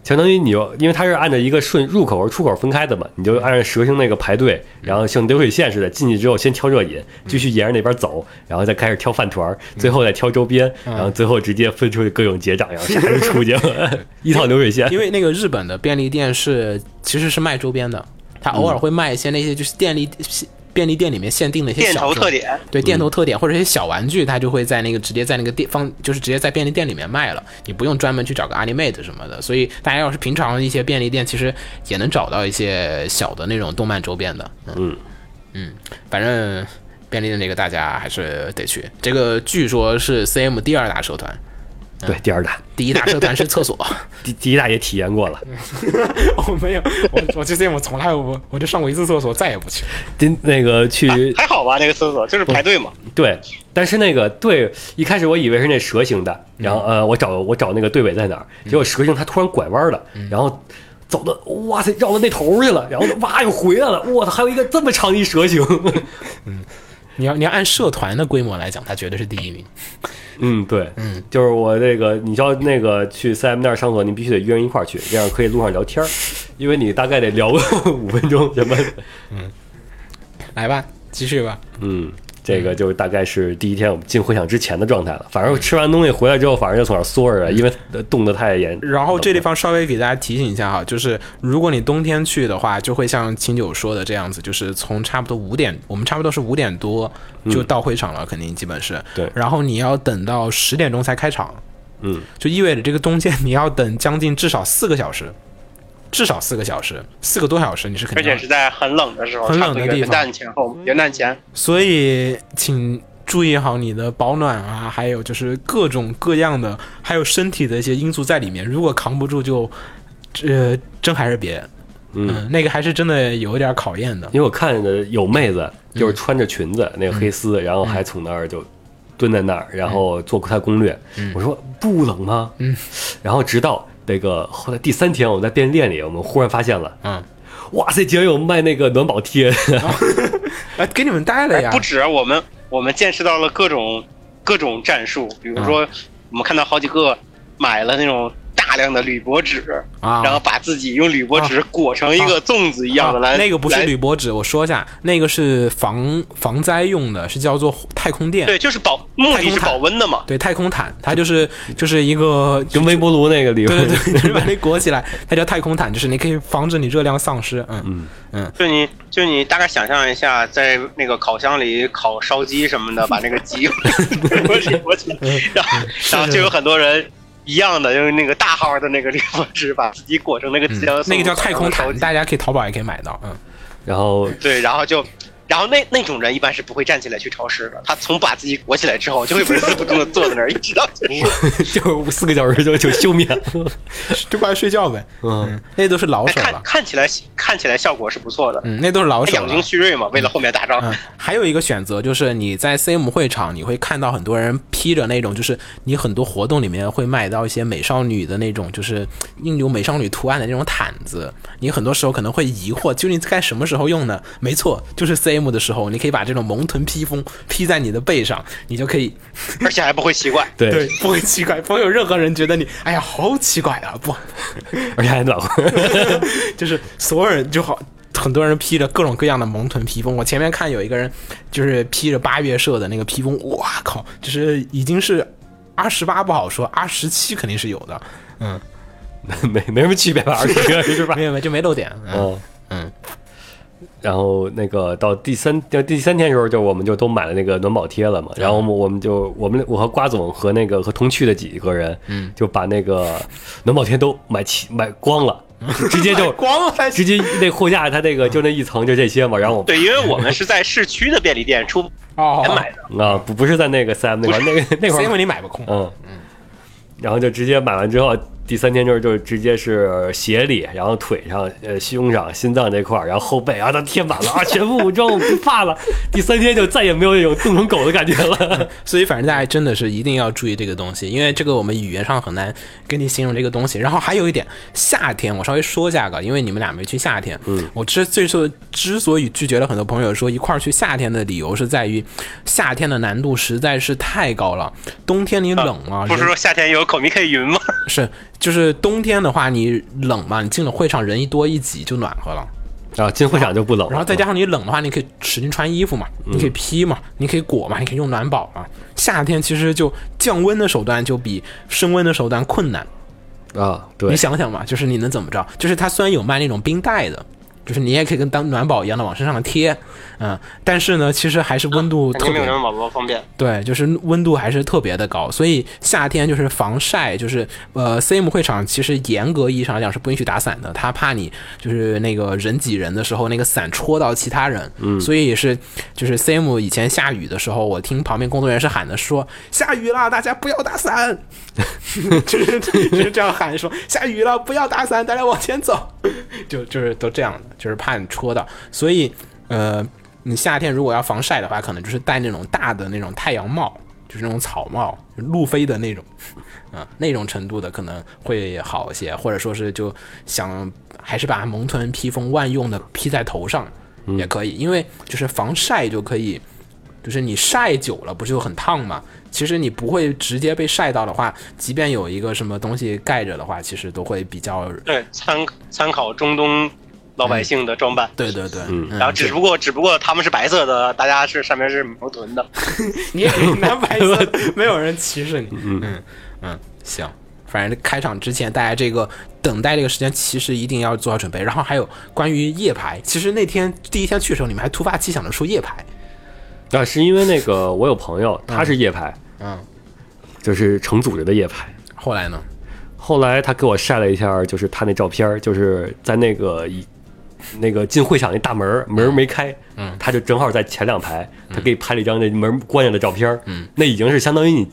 C: 相当于你就因为它是按照一个顺入口和出口分开的嘛，你就按照蛇形那个排队，然后像流水线似的进去之后先挑热饮，继续沿着那边走，然后再开始挑饭团儿，最后再挑周边，然后最后直接分出去各种结账，然后啥就出去了， 一套流水线
B: 因。为那个日本的便利店是其实是卖周边的，它偶尔会卖一些那些就是便利便利店里面限定的一些
D: 店
B: 小
D: 头
B: 种
D: 特点。
B: 对店头特点或者一些小玩具，它就会在那个直接在那个店方，就是直接在便利店里面卖了，你不用专门去找个 Animate 什么的。所以大家要是平常一些便利店，其实也能找到一些小的那种动漫周边的。嗯嗯，反正便利店这个大家还是得去。这个据说是 CM 第二大社团，
C: 对，第二大，
B: 第一大社团是厕所。
C: 第第一大也体验过了。
E: 我没有，我我之前我从来我我就上过一次厕所，再也不去了。
C: 今那个去
D: 还好吧，那个厕所就是排队嘛。
C: 对，但是那个对，一开始我以为是那蛇形的，然后呃，我找我找那个队尾在哪儿，结果蛇形它突然拐弯了，然后走到哇塞绕到那头去了，然后哇又回来了，我操，还有一个这么长的一蛇形，
B: 你要你要按社团的规模来讲，它绝对是第一名。
C: 嗯，对，嗯，就是我那个，你知道那个去 CM 那儿上厕，你必须得约人一块儿去，这样可以路上聊天儿，因为你大概得聊个五分钟什么的，
B: 来吧，继续吧。
C: 嗯。这个就大概是第一天我们进会场之前的状态了。反正
B: 嗯
C: 吃完东西回来之后，反正就从那儿缩着了，因为呃冻得太严。
B: 然后这地方稍微给大家提醒一下哈，就是如果你冬天去的话，就会像清九说的这样子，就是从差不多五点，我们差不多是五点多就到会场了，肯定基本是。
C: 对
B: 然后你要等到十点钟才开场，
C: 嗯，
B: 就意味着这个冬天你要等将近至少四个小时，至少四个小时，四个多小时你是肯
D: 而
B: 定要。
D: 且是在很冷的时候，
B: 很
D: 差
B: 冷
D: 不
B: 的
D: 多
B: 地
D: 元
B: 方
D: 旦前后，元旦前。
B: 所以请注意好你的保暖啊，还有就是各种各样的，还有身体的一些因素在里面。如果扛不住就，呃，真还是别。
C: 嗯，
B: 嗯，那个还是真的有点考验的。
C: 因为我看着有妹子，就是穿着裙子那个黑
B: 嗯
C: 丝，然后还从那儿就蹲在那儿，然后做她攻略。
B: 嗯
C: 我说不冷吗？嗯，然后直到那个后来第三天，我们在便利店里，我们忽然发现了，
B: 嗯，
C: 哇塞，竟然有卖那个暖宝贴，
B: 哎，给你们带了呀
D: 不，止啊我们，我们见识到了各种各种战术，比如
B: 嗯
D: 说我们看到好几个买了那种大量的铝箔纸，
B: 啊
D: 然后把自己用铝箔纸裹成一个粽子一样的来，
B: 啊那个不是
D: 来
B: 铝箔纸，我说一下，那个是防防灾用的，是叫做太空垫，
D: 对，就是保目的是保温的嘛。
B: 对，太空毯，它就是就是一个
C: 跟微波炉那个里边
B: 对对对，就是把你裹起来，它叫太空毯，就是你可以防止你热量丧失。嗯
D: 就你就你大概想象一下，在那个烤箱里烤烧鸡什么的，把那个鸡 铝箔纸裹起来，
B: 嗯
D: 然后然后就有很多人一样的，用那个大号的那个铝箔纸把自己裹成那个
B: 嗯
D: 鸡样，，
B: 那个叫太空
D: 烧
B: 毯，
D: 鸡
B: 大家可以淘宝也可以买到。嗯，
C: 然后
D: 对，然后就，然后那那种人一般是不会站起来去超市的，他从把自己裹起来之后，就会纹丝不动的坐在那儿，一直到结束。
C: 就四个小时就就休眠了。
B: 就过来睡觉呗。
C: 嗯
B: 嗯，那都是老
D: 哎
B: 手
D: 看
B: 了。
D: 看起来看起来效果是不错的，
B: 嗯，那都是老
D: 他
B: 手
D: 养精
B: 了。
D: 蓄锐嘛，为了后面打仗。
B: 嗯，还有一个选择就是你在 CM 会场，你会看到很多人披着那种，就是你很多活动里面会买到一些美少女的那种，就是印有美少女图案的那种毯子。你很多时候可能会疑惑，究竟该什么时候用呢？没错，就是 CM 的时候，你可以把这种萌臀披风披在你的背上，你就可以
D: 而且还不会奇怪。
C: 对，
B: 对，不会奇怪，不会有任何人觉得你，哎呀，好奇怪啊！不，
C: 而且还暖和。
B: 就是所有人就好，很多人披着各种各样的萌臀披风。我前面看有一个人就是披着八月社的那个披风，哇靠，就是已经是二十八不好说，二十七肯定是有的，
C: 没没什么区别吧，二十个是吧？
B: 没有没有就没漏点。 嗯
C: 嗯嗯。然后那个到第三到第三天的时候，就我们就都买了那个暖宝贴了嘛。然后我们我们就我们我和瓜总和那个和同去的几个人，嗯，就把那个暖宝贴都买齐买光了，直接就
B: 光了才
C: 直接那货架它那个就那一层就这些嘛。然后我
D: 对，因为我们是在市区的便利店出
B: 哦
D: 钱买的，
C: 啊不不是在那个 CM 那块儿那个那块
B: ，C
C: 儿
B: 位你买不空。
C: 嗯，然后就直接买完之后，第三天就是就直接是鞋里，然后腿上、呃胸上、心脏这块儿，然后后背，然后都贴满了啊，全副武装，我不怕了。第三天就再也没有那种冻成狗的感觉了。
B: 所以反正大家真的是一定要注意这个东西，因为这个我们语言上很难跟你形容这个东西。然后还有一点，夏天我稍微说一下个，因为你们俩没去夏天，嗯，我之最之之所以拒绝了很多朋友说一块儿去夏天的理由是在于，夏天的难度实在是太高了，冬天你冷啊，
D: 不是
B: 人
D: 说夏天有口蜜 K 云吗？
B: 是就是冬天的话你冷嘛，你进了会场人一多一挤就暖和了。
C: 啊，进会场就不冷了，
B: 然后再加上你冷的话，你可以使劲穿衣服嘛，你可以披嘛，你可以裹嘛，你可以用暖宝嘛。夏天其实就降温的手段就比升温的手段困难。
C: 啊，对
B: 你，想想嘛，就是你能怎么着？就是它虽然有卖那种冰袋的，就是你也可以跟当暖宝一样的往身上贴，嗯，但是呢，其实还是温度
D: 啊肯
B: 特
D: 定没
B: 别
D: 有人宝宝方便。
B: 对，就是温度还是特别的高，所以夏天就是防晒，就是呃，CM 会场其实严格意义上来讲是不允许打伞的，他怕你就是那个人挤人的时候，那个伞戳到其他人，嗯，所以也是就是 CM 以前下雨的时候，我听旁边工作人员是喊的说下雨了，大家不要打伞， 就是就是这样喊说下雨了，不要打伞，大家往前走，就就是都这样的，就是怕你戳到，所以呃，你夏天如果要防晒的话，可能就是戴那种大的那种太阳帽，就是那种草帽，就路飞的那种，啊、那种程度的可能会好一些，或者说是就想还是把蒙臀披风万用的披在头上也可以，因为就是防晒就可以。就是你晒久了不是就很烫吗？其实你不会直接被晒到的话，即便有一个什么东西盖着的话，其实都会比较
D: 对，参参考中东老百姓的装扮。
B: 对对嗯对，嗯
D: 然后只不过只不过他们是白色的，大家是上面是毛臀的。
B: 你也拿白 色，
C: 嗯
B: 没有人歧视你。嗯嗯，行，反正开场之前大家这个等待这个时间，其实一定要做好准备。然后还有关于夜排，其实那天第一天去的时候，你们还突发奇想的说夜排，
C: 啊，是因为那个我有朋友他是夜排，
B: 嗯，
C: 就是成组织的夜排。
B: 后来呢？
C: 后来他给我晒了一下，就是他那照片儿，就是在那个一那个进会场那大门儿门儿没开，嗯，他就正好在前两排，他给你拍了一张那门关着的照片，嗯，那已经是相当于你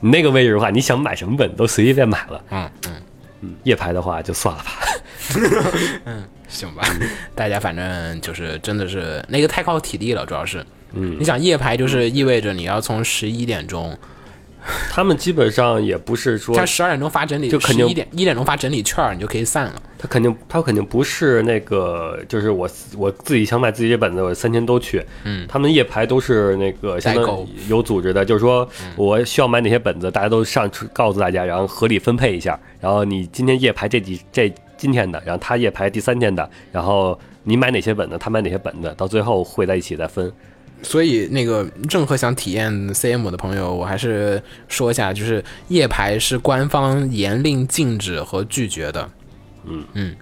C: 你那个位置的话，你想买什么本都随意便买了，
B: 嗯嗯，
C: 夜排的话就算了吧，
B: 行吧， 大家反正就是真的是那个太靠体力了，主要是，
C: 嗯
B: 你想夜排就是意味着你要从十一点钟，
C: 他们基本上也不是说
B: 他十二点钟发整理，
C: 就肯定
B: 一点一点钟发整理券儿，你就可以散了。
C: 他肯定，他肯定不是那个，就是我我自己想买自己这本子，我三天都去。
B: 嗯
C: 他们夜排都是那个相
B: 代
C: 当
B: 购嗯
C: 于有组织的，就是说我需要买哪些本子，大家都上去告诉大家，然后合理分配一下。然后你今天夜排这几这今天的，然后他夜排第三天的，然后你买哪些本子，他买哪些本子，到最后汇在一起再分。
B: 所以那个任何想体验 CM 的朋友，我还是说一下，就是夜排是官方严令禁止和拒绝的。
C: 嗯
B: 嗯，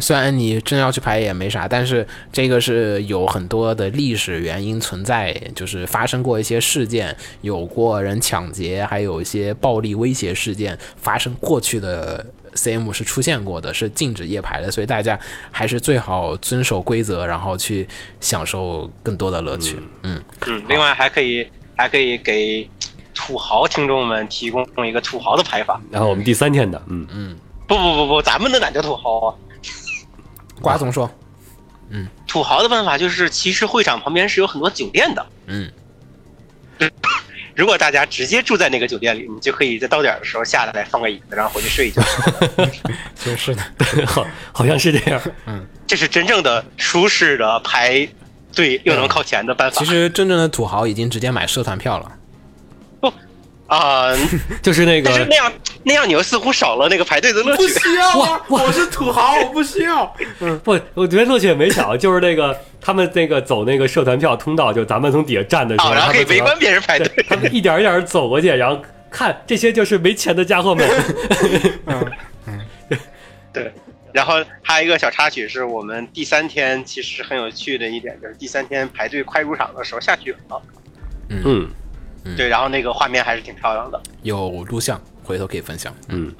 B: 虽然你真要去排也没啥，但是这个是有很多的历史原因存在，就是发生过一些事件，有过人抢劫，还有一些暴力威胁事件发生过去的。CM 是出现过的，是禁止夜排的，所以大家还是最好遵守规则，然后去享受更多的乐趣。嗯
D: 嗯，另外还可以还可以给土豪听众们提供一个土豪的排法。
C: 然后我们第三天的， 嗯，
D: 不不不不，咱们的哪叫土豪啊？
B: 瓜总说，
D: 土豪的办法就是，其实会场旁边是有很多酒店的。
B: 嗯，
D: 如果大家直接住在那个酒店里，你就可以在到点儿的时候下来放个椅子，然后回去睡 一觉。
B: 就是的，
C: 好，好像是这样。
D: 这是真正的舒适的排队又能靠前的办 法。
B: 其实真正的土豪已经直接买社团票了。
D: 啊、
C: 就是那
D: 但是
C: 个
D: 那样那样你又似乎少了那个排队的乐
E: 不
D: 趣。
E: 需要啊！我是土豪，我不需要。
C: 不，我觉得乐趣也没少，就是那个他们那个走那个社团票通道，就咱们从底下站的时
D: 好，
C: 候，
D: 哦然后
C: 他
D: 可
C: 们
D: 以
C: 走
D: 围
C: 到
D: 观别人排队。
C: 他们一点儿一点儿走过去，然后看这些就是没钱的家伙们。
D: 对，然后还有一个小插曲是我们第三天其实很有趣的一点，就是第三天排队快入场的时候下雪了。
C: 嗯
D: 对，然后那个画面还是挺漂亮的。
B: 有录像，回头可以分享。
C: 嗯，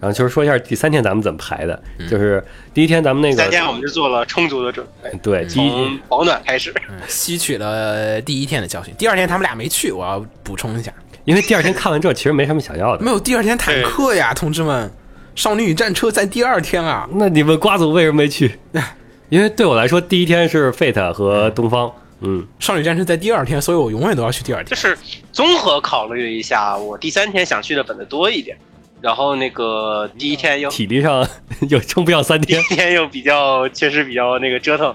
C: 然后就是说一下第三天咱们怎么排的，就是第一天咱们那
D: 第三天我
C: 个
D: 哦们就做了充足的准备，
C: 对第
D: 从
C: 一
D: 保暖开始。
C: 嗯
B: 吸取了第一天的教训，第二天他们俩没去，我要补充一下，
C: 因为第二天看完之后其实没什么想要的
B: 没。有第二天坦克呀，同志们，少女与战车在第二天啊，
C: 那你们瓜总为什么没去？因为对我来说，第一天是 Fate 和东方，嗯，
B: 少女战车在第二天，所以我永远都要去第二
D: 就
B: 天。
D: 是综合考虑了一下，我第三天想去的本子多一点，然后那个第一天又
C: 体力上 又撑不上三
D: 第一
C: 天，
D: 天又比较确实比较那个折腾，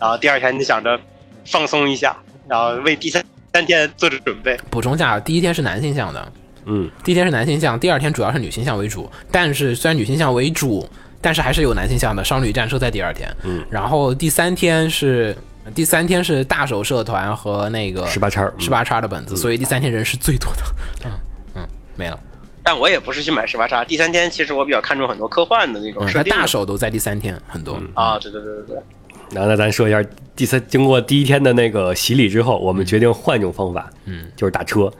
D: 然后第二天就想着放松一下，然后为第三三天做着准备。
B: 补充一下，第一天是男性向的，
C: 嗯，
B: 第一天是男性向，第二天主要是女性向为主。但是虽然女性向为主，但是还是有男性向的。少女战车在第二天，
C: 嗯，
B: 然后第三天是第三天是大手社团和那个
C: 十八叉儿嗯
B: 十八叉的本子，所以第三天人是最多的。嗯嗯，没了。
D: 但我也不是去买十八叉，第三天其实我比较看重很多科幻的
C: 哦
D: 那种
B: 嗯，
D: 设
B: 他
D: 定
B: 大手都在第三天，很多。
C: 嗯
D: 啊，对对对对对，
C: 然后呢，咱说一下第三，经过第一天的那个洗礼之后，我们决定换一种方法，
B: 嗯，
C: 就是打车，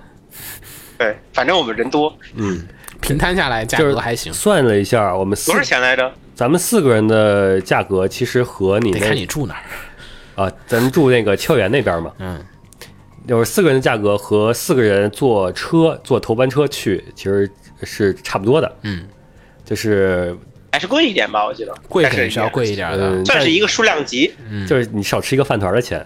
D: 对，反正我们人多，
C: 嗯，
B: 平摊下来价
C: 就是
B: 格还行，
C: 算了一下，我们四
D: 多少钱来着？
C: 咱们四个人的价格其实和你
B: 得看
C: 那
B: 你住哪儿。
C: 啊，咱们住那个校园那边嘛，
B: 嗯，
C: 就是四个人的价格和四个人坐车坐头班车去，其实是差不多的，
B: 嗯，
C: 就是
D: 还是贵一点吧，我记得
B: 贵
D: 还
B: 肯定是要贵一点的
C: 嗯，，
D: 算是一个数量级。
B: 嗯
C: 但就是你少吃一个饭团的钱，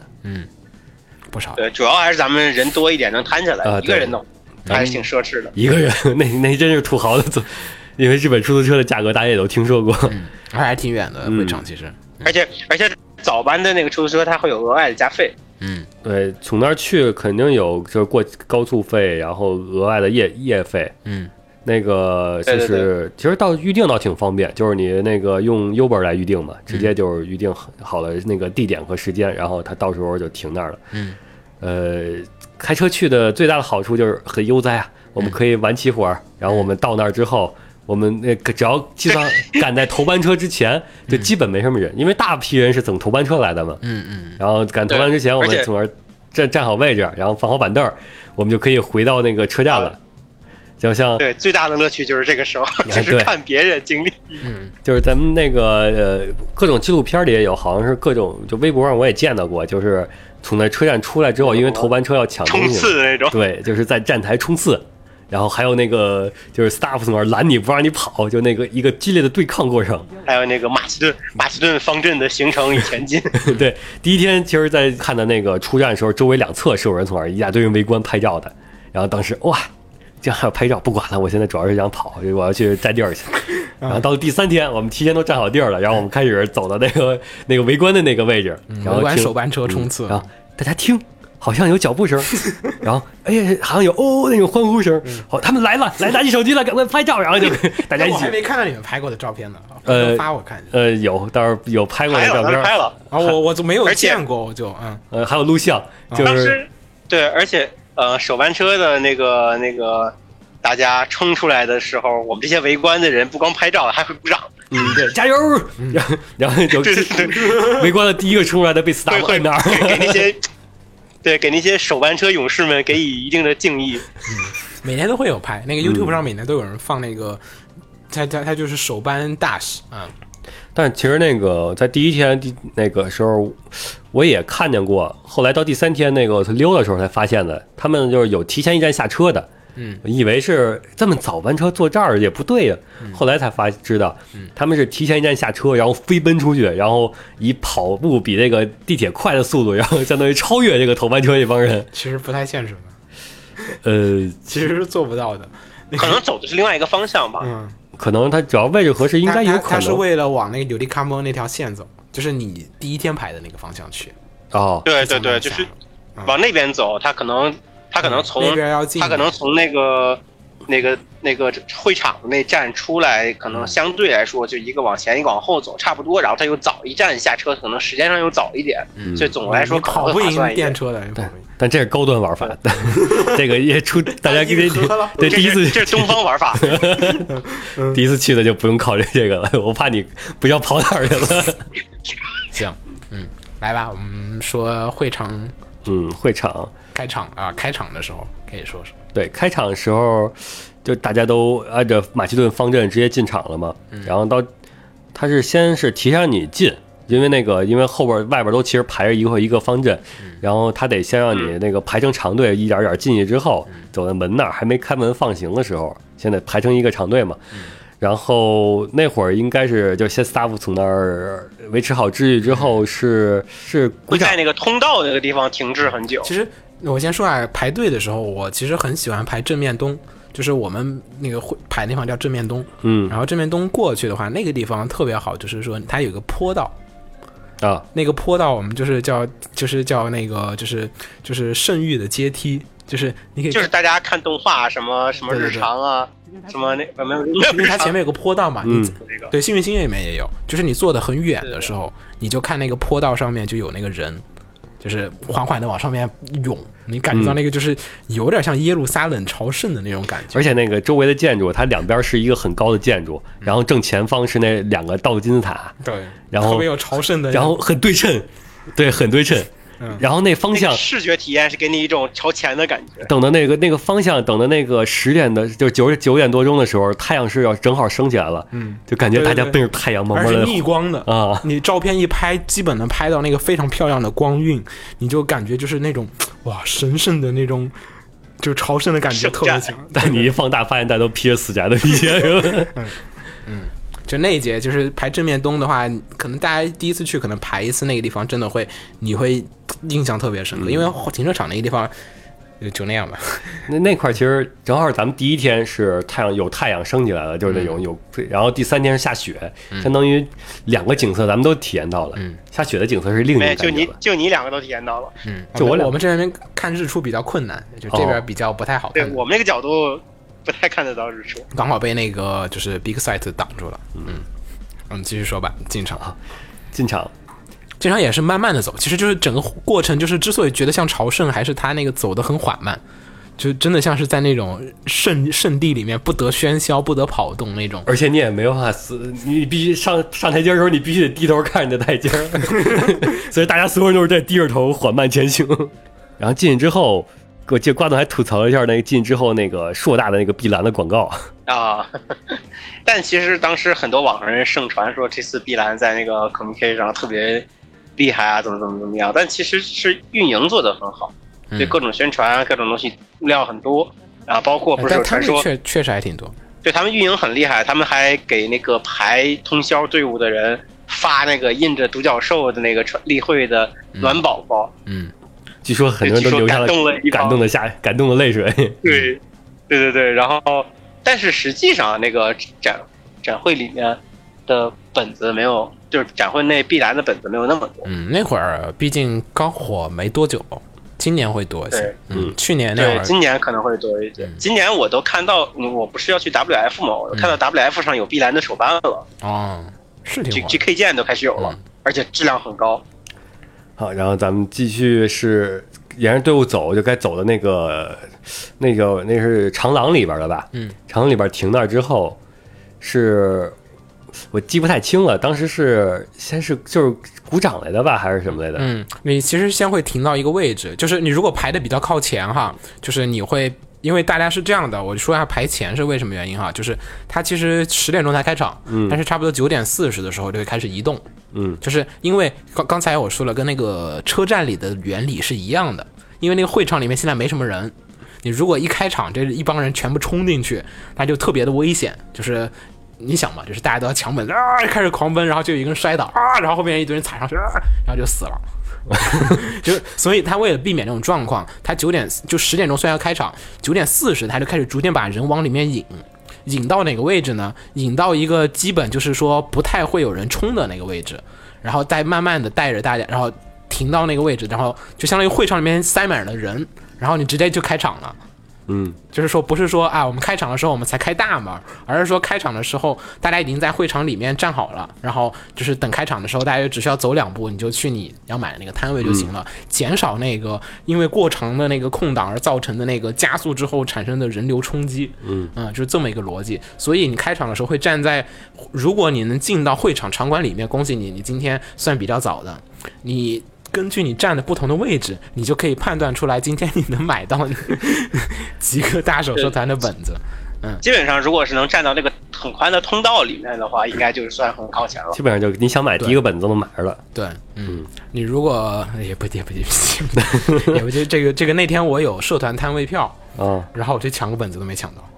B: 不少。
D: 对，主要还是咱们人多一点，能摊下来。
C: 啊
D: 一个
C: 对
D: 人的还是挺奢侈的。
C: 一个人 那那真是土豪的坐，因为日本出租车的价格大家也都听说过，
B: 而且还挺远的
C: 嗯
B: 会场，其实。
D: 而且而且早班的那个出租车它会有额外的加费，
B: 嗯，
C: 对，呃从那儿去肯定有就是过高速费，然后额外的夜夜费，
B: 嗯，
C: 那个就
D: 对
C: 是
D: 对
C: 其实到预定倒挺方便，就是你那个用 Uber 来预定嘛，直
D: 嗯
C: 接就是预定好了那个地点和时间，然后他到时候就停那儿了。
B: 嗯，
C: 呃，开车去的最大的好处就是很悠哉啊，我们可以玩起火儿，然后我们到那儿之后。我们那个只要计 算赶在头班车之前，
D: 嗯
C: 就基本没什么人，因为大批人是等头班车来的嘛。
B: 嗯嗯，
C: 然后赶投篮之前，我
D: 对而
C: 们
D: 且
C: 从那儿站站好位置，然后放好板凳儿，我们就可以回到那个车站了。就像
D: 对，最大的乐趣就是这个时候，
C: 哎
D: 就是
C: 对
D: 看别人经历。
C: 就是咱们那个呃各种纪录片里也有，好像是各种就微博上我也见到过，就是从那车站出来之后，因为头班车要抢
D: 冲
C: 东西
D: 刺
C: 嘛，
D: 的那种。
C: 对，就是在站台冲刺，然后还有那个就是 staff 从那儿拦你不让你跑，就那个一个激烈的对抗过程。
D: 还有那个马其顿马其顿方阵的形成与前进，
C: 对，第一天其实，在看到那个出站的时候，周围两侧是有人从那儿一大堆人围观拍照的，然后当时哇，这样还有拍照，不管了，我现在主要是想跑，我要去占 地儿去。
B: 啊
C: 然后到了第三天，我们提前都占好地儿了，然后我们开始走到那个那个围观的那个位置，然后嗯
B: 我玩
C: 听
B: 嗯手班车冲刺，
C: 然后大家听，好像有脚 步声，然后哎呀，好像有哦那种欢呼声，好、他们来了，来拿起手机了，赶快拍照，然 后就大家
B: 哎
C: 一
B: 嗯我
C: 起
B: 还，没看到你们拍过的照片呢，回
C: 呃
B: 头发我看。
C: 呃，有，到时候有拍过的
D: 拍了，
C: 照
D: 当时
C: 片，
D: 拍了。
B: 啊，我我就没有
D: 而且
B: 见过，我就嗯，
C: 呃，还有录像，
B: 啊
C: 就
D: 当
C: 是
D: 时呃对，而且呃，手班车的那个那个大家冲出来的时候，我们这些围观的人不光拍照，还会鼓掌，
C: 嗯，对，加油，然后然后就
D: 对对
C: 围观的第一个冲出来的被死打
D: 对，会
C: 摁那儿，
D: 给那些。对，给那些手班车勇士们给予一定的敬意。
B: 每年都会有拍，那
D: 嗯
B: 个 YouTube 上每年都有人放那个，他他他就是手班大使啊，
C: 但其实那个在第一天第那个时候，我也看见过。后来到第三天那个溜的时候才发现的，他们就是有提前一站下车的。
B: 嗯，
C: 以为是这么早班车坐这儿也不对呀、后来才发知道，他们是提前一站下车，然后飞奔出去，然后以跑步比这个地铁快的速度，然后相当于超越这个头班车这帮人。
B: 其实不太现实的，
C: 呃，
B: 其实是做不到的。
D: 可能走的是另外一个方向吧。
E: 嗯，
C: 可能他只要位置合适，应该有
B: 他他
C: 可
B: 他是
C: 能
B: 为了往那个纽利卡莫那条线走，就是你第一天排的那个方向去。
C: 哦，
D: 对对对，就是往那边走，他可能他可能从
B: 嗯那边要进，
D: 他可能从那个那个那个会场那站出来，可能相对来说就一个往前一个往后走差不多，然后他又早一站下车，可能时间上又早一点，所以总的来
B: 嗯
D: 说
B: 你跑不
D: 可能会划算
B: 赢
D: 一
B: 电
D: 点。
B: 车的，你跑不赢。
C: 但这是高端玩法， 这个也 出大家
E: 硬核了
C: 对
D: 这
C: 第一
D: 是
C: 次
D: 这是东方 玩法，
C: 第一次去的就不用考虑这个了，我怕你不知道跑哪儿去了。
B: 行，嗯，来吧，我们说会场
C: 嗯，会场
B: 开场啊，开场的时候可以说说，
C: 对开场的时候，就大家都按照马其顿方阵直接进场了嘛。然后到他是先是提上你进，因为那个因为后边外边都其实排着一个一个方阵，然后他得先让你那个排成长队，一点点进去之后，走到门那儿还没开门放行的时候，先得排成一个长队嘛。然后那会儿应该是就先 staff 从那儿维持好秩序之后是是鼓
D: 会
C: 掌
D: 在那个通道那个地方停滞很久。
B: 其实我先说啊，排队的时候，我其实很喜欢排正面东，就是我们那个会排那方叫正面东。
C: 嗯
B: 然后正面东过去的话，那个地方特别好，就是说它有个坡道，
C: 啊，
B: 那个坡道我们就是叫就是叫那个就是就是圣域的阶梯，就是你可以
D: 就是大家看动画啊什么什么
B: 对对
D: 日
B: 对
D: 常啊，什么那呃没有
B: 因
D: 日
B: 为它前
D: 常
B: 面有个坡道嘛，
C: 嗯
B: 你
D: 那个
B: 对幸运星愿里面也有，就是你坐得很远的时候，你就看那个坡道上面就有那个人，就是缓缓的往上面涌，你感觉到那个就是有点像耶路撒冷朝圣的那种感觉。
C: 而且那个周围的建筑，它两边是一个很高的建筑，然后正前方是那两个倒金字塔，
B: 对，
C: 然后
B: 特别有朝圣的，
C: 然后很对称，对，很对称。
B: 嗯
C: 然后那方
D: 那
C: 向
D: 个，视觉体验是给你一种朝前的感觉。
C: 等到那个那个方向，等到那个十点的，就九九点多钟的时候，太阳是要正好升起来了，嗯，就感觉大家
B: 对对对
C: 奔着太阳慢
B: 而
C: 慢
B: 且
C: 的
B: 逆光的
C: 啊
B: 你照片一拍，基本能拍到那个非常漂亮的光晕，你就感觉就是那种哇神圣的那种，就朝圣的感觉
D: 圣
B: 特别
D: 战
B: 强。
C: 但你一放大，发现大家都披着死宅的皮鞋， 是吧
B: 就那一节，就是排正面东的话，可能大家第一次去，可能排一次那个地方，真的会你会印象特别深刻，因
C: 嗯
B: 为停车场那个地方就就那样吧。
C: 那那块儿其实正好咱们第一天是太阳有太阳升起来了，就是那
D: 嗯
C: 种有，然后第三天是下雪，相当于两个景色咱们都体验到了。下雪的景色是另一种
D: 嗯没，
C: 感觉
D: 就你
C: 了。
D: 就你两个都体验到了。
C: 嗯就我俩哦
B: 我们这边看日出比较困难，就这边比较不太好
D: 对
B: 看，
D: 我们那个角度不太看得到日出。
B: 刚好被那个就是 big site 挡住了。嗯，我们继续说吧，进场。啊
C: 进场，
B: 经常也是慢慢的走，其实就是整个过程，就是之所以觉得像朝圣，还是他那个走的很缓慢，就真的像是在那种圣圣地里面不得喧嚣、不得跑动那种。
C: 而且你也没办法死，你必须上上台阶的时候，你必须得低头看你的台阶儿， 所以大家所有人都是在低着头缓慢前行。然后进去之后，我记得瓜总还吐槽了一下那个进去之后那个硕大的那个碧蓝的广告，
D: 啊， 但其实当时很多网上人盛传说这次碧蓝在那个 communication 上特别厉害啊，怎么怎么怎么
B: 嗯
C: 嗯
D: 样，啊但其实是运营做得很好，对各种宣传、各种东西物料很多，啊，包括不是
B: 哎但
C: 哎
D: 有
B: 他
D: 传
B: 们
D: 说，
B: 确确实还挺多，
D: 对他们运营很厉害，他们还给那个排通宵队伍的人发那个印着独角兽的那个传例会的暖宝宝，
B: 嗯，
C: 据说很多人都流下了
D: 据说感动了一帮
C: 感动的下感动的泪水。
B: 嗯
D: 对，对对对，然后但是实际上啊那个展展会里面的本子没有，就是展会内必然的本子没有那么多，
B: 嗯，那会儿毕竟刚火没多久，今年会多一些
D: 对。
B: 嗯
C: 嗯，
B: 去年那会
D: 对，
B: 儿，
D: 今年可能会多一些。今年我都看到，嗯我不是要去 WF 吗？我
B: 嗯
D: 看到 WF 上有碧蓝的手办了、
B: 哦，是
D: g
B: 挺火
D: G。K 键都开始有
B: 嗯
D: 了、而且质量很高。
C: 好，然后咱们继续是沿着队伍走，就该走的那个那个那是长廊里边了吧？
B: 嗯，
C: 长廊里边停那儿之后，是我记不太清了，当时是先是就是鼓掌来的吧，还是什么来的？
B: 嗯，你其实先会停到一个位置，就是你如果排的比较靠前哈，就是你会。因为大家是这样的，我说一下排前是为什么原因哈，就是它其实十点钟才开场，嗯、但是差不多九点四十的时候就会开始移动，
C: 嗯，
B: 就是因为刚刚才我说了，跟那个车站里的原理是一样的，因为那个会场里面现在没什么人，你如果一开场这一帮人全部冲进去，那就特别的危险，就是。你想嘛，就是大家都要抢本啊，开始狂奔，然后就有一个人摔倒啊，然后后面一堆人踩上去，啊，然后就死了。就是，所以他为了避免这种状况，他九点就十点钟虽然要开场，九点四十他就开始逐渐把人往里面引，引到哪个位置呢？引到一个基本就是说不太会有人冲的那个位置，然后再慢慢的带着大家，然后停到那个位置，然后就相当于会场里面塞满了人，然后你直接就开场了。
C: 嗯，
B: 就是说不是说啊，我们开场的时候我们才开大门，而是说开场的时候大家已经在会场里面站好了，然后就是等开场的时候，大家就只需要走两步，你就去你要买的那个摊位就行了，减少那个因为过长的那个空档而造成的那个加速之后产生的人流冲击。嗯，啊、就是这么一个逻辑。所以你开场的时候会站在，如果你能进到会场场馆里面，恭喜你，你今天算比较早的。你根据你站的不同的位置，你就可以判断出来今天你能买 到几个大手收摊的本子。嗯
D: 基本上，如果是能站到那个很宽的通道里面的话，应该就是算很靠前了。
C: 基本上就你想买第一个本子都能买着了。
B: 对，嗯，你如果也不也不也不 也不就这个这个那天我有社团摊位票，
C: 啊、
B: 然后我就抢个本子都没抢到。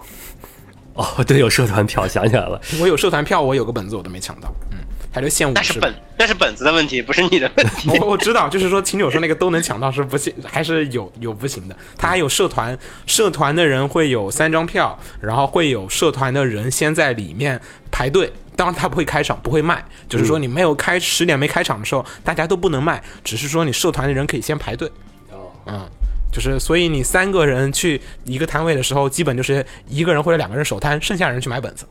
C: 哦，对，有社团票，想起来了，
B: 我有社团票，我有个本子我都没抢到。嗯，他就限五
D: 那
B: 十
D: 是。本那是本子的问题，不是你的问题。
B: 我我知道，就是说秦九说那个都能抢到是不行，还是有有不行的。他还有社团，社团的人会有三张票，然后会有社团的人先在里面排队。当然他不会开场，不会卖，就是说你没有开十点没开场的时候，大家都不能卖，只是说你社团的人可以先排队。嗯，就是所以你三个人去一个摊位的时候，基本就是一个人或者两个人守摊，剩下人去买本子。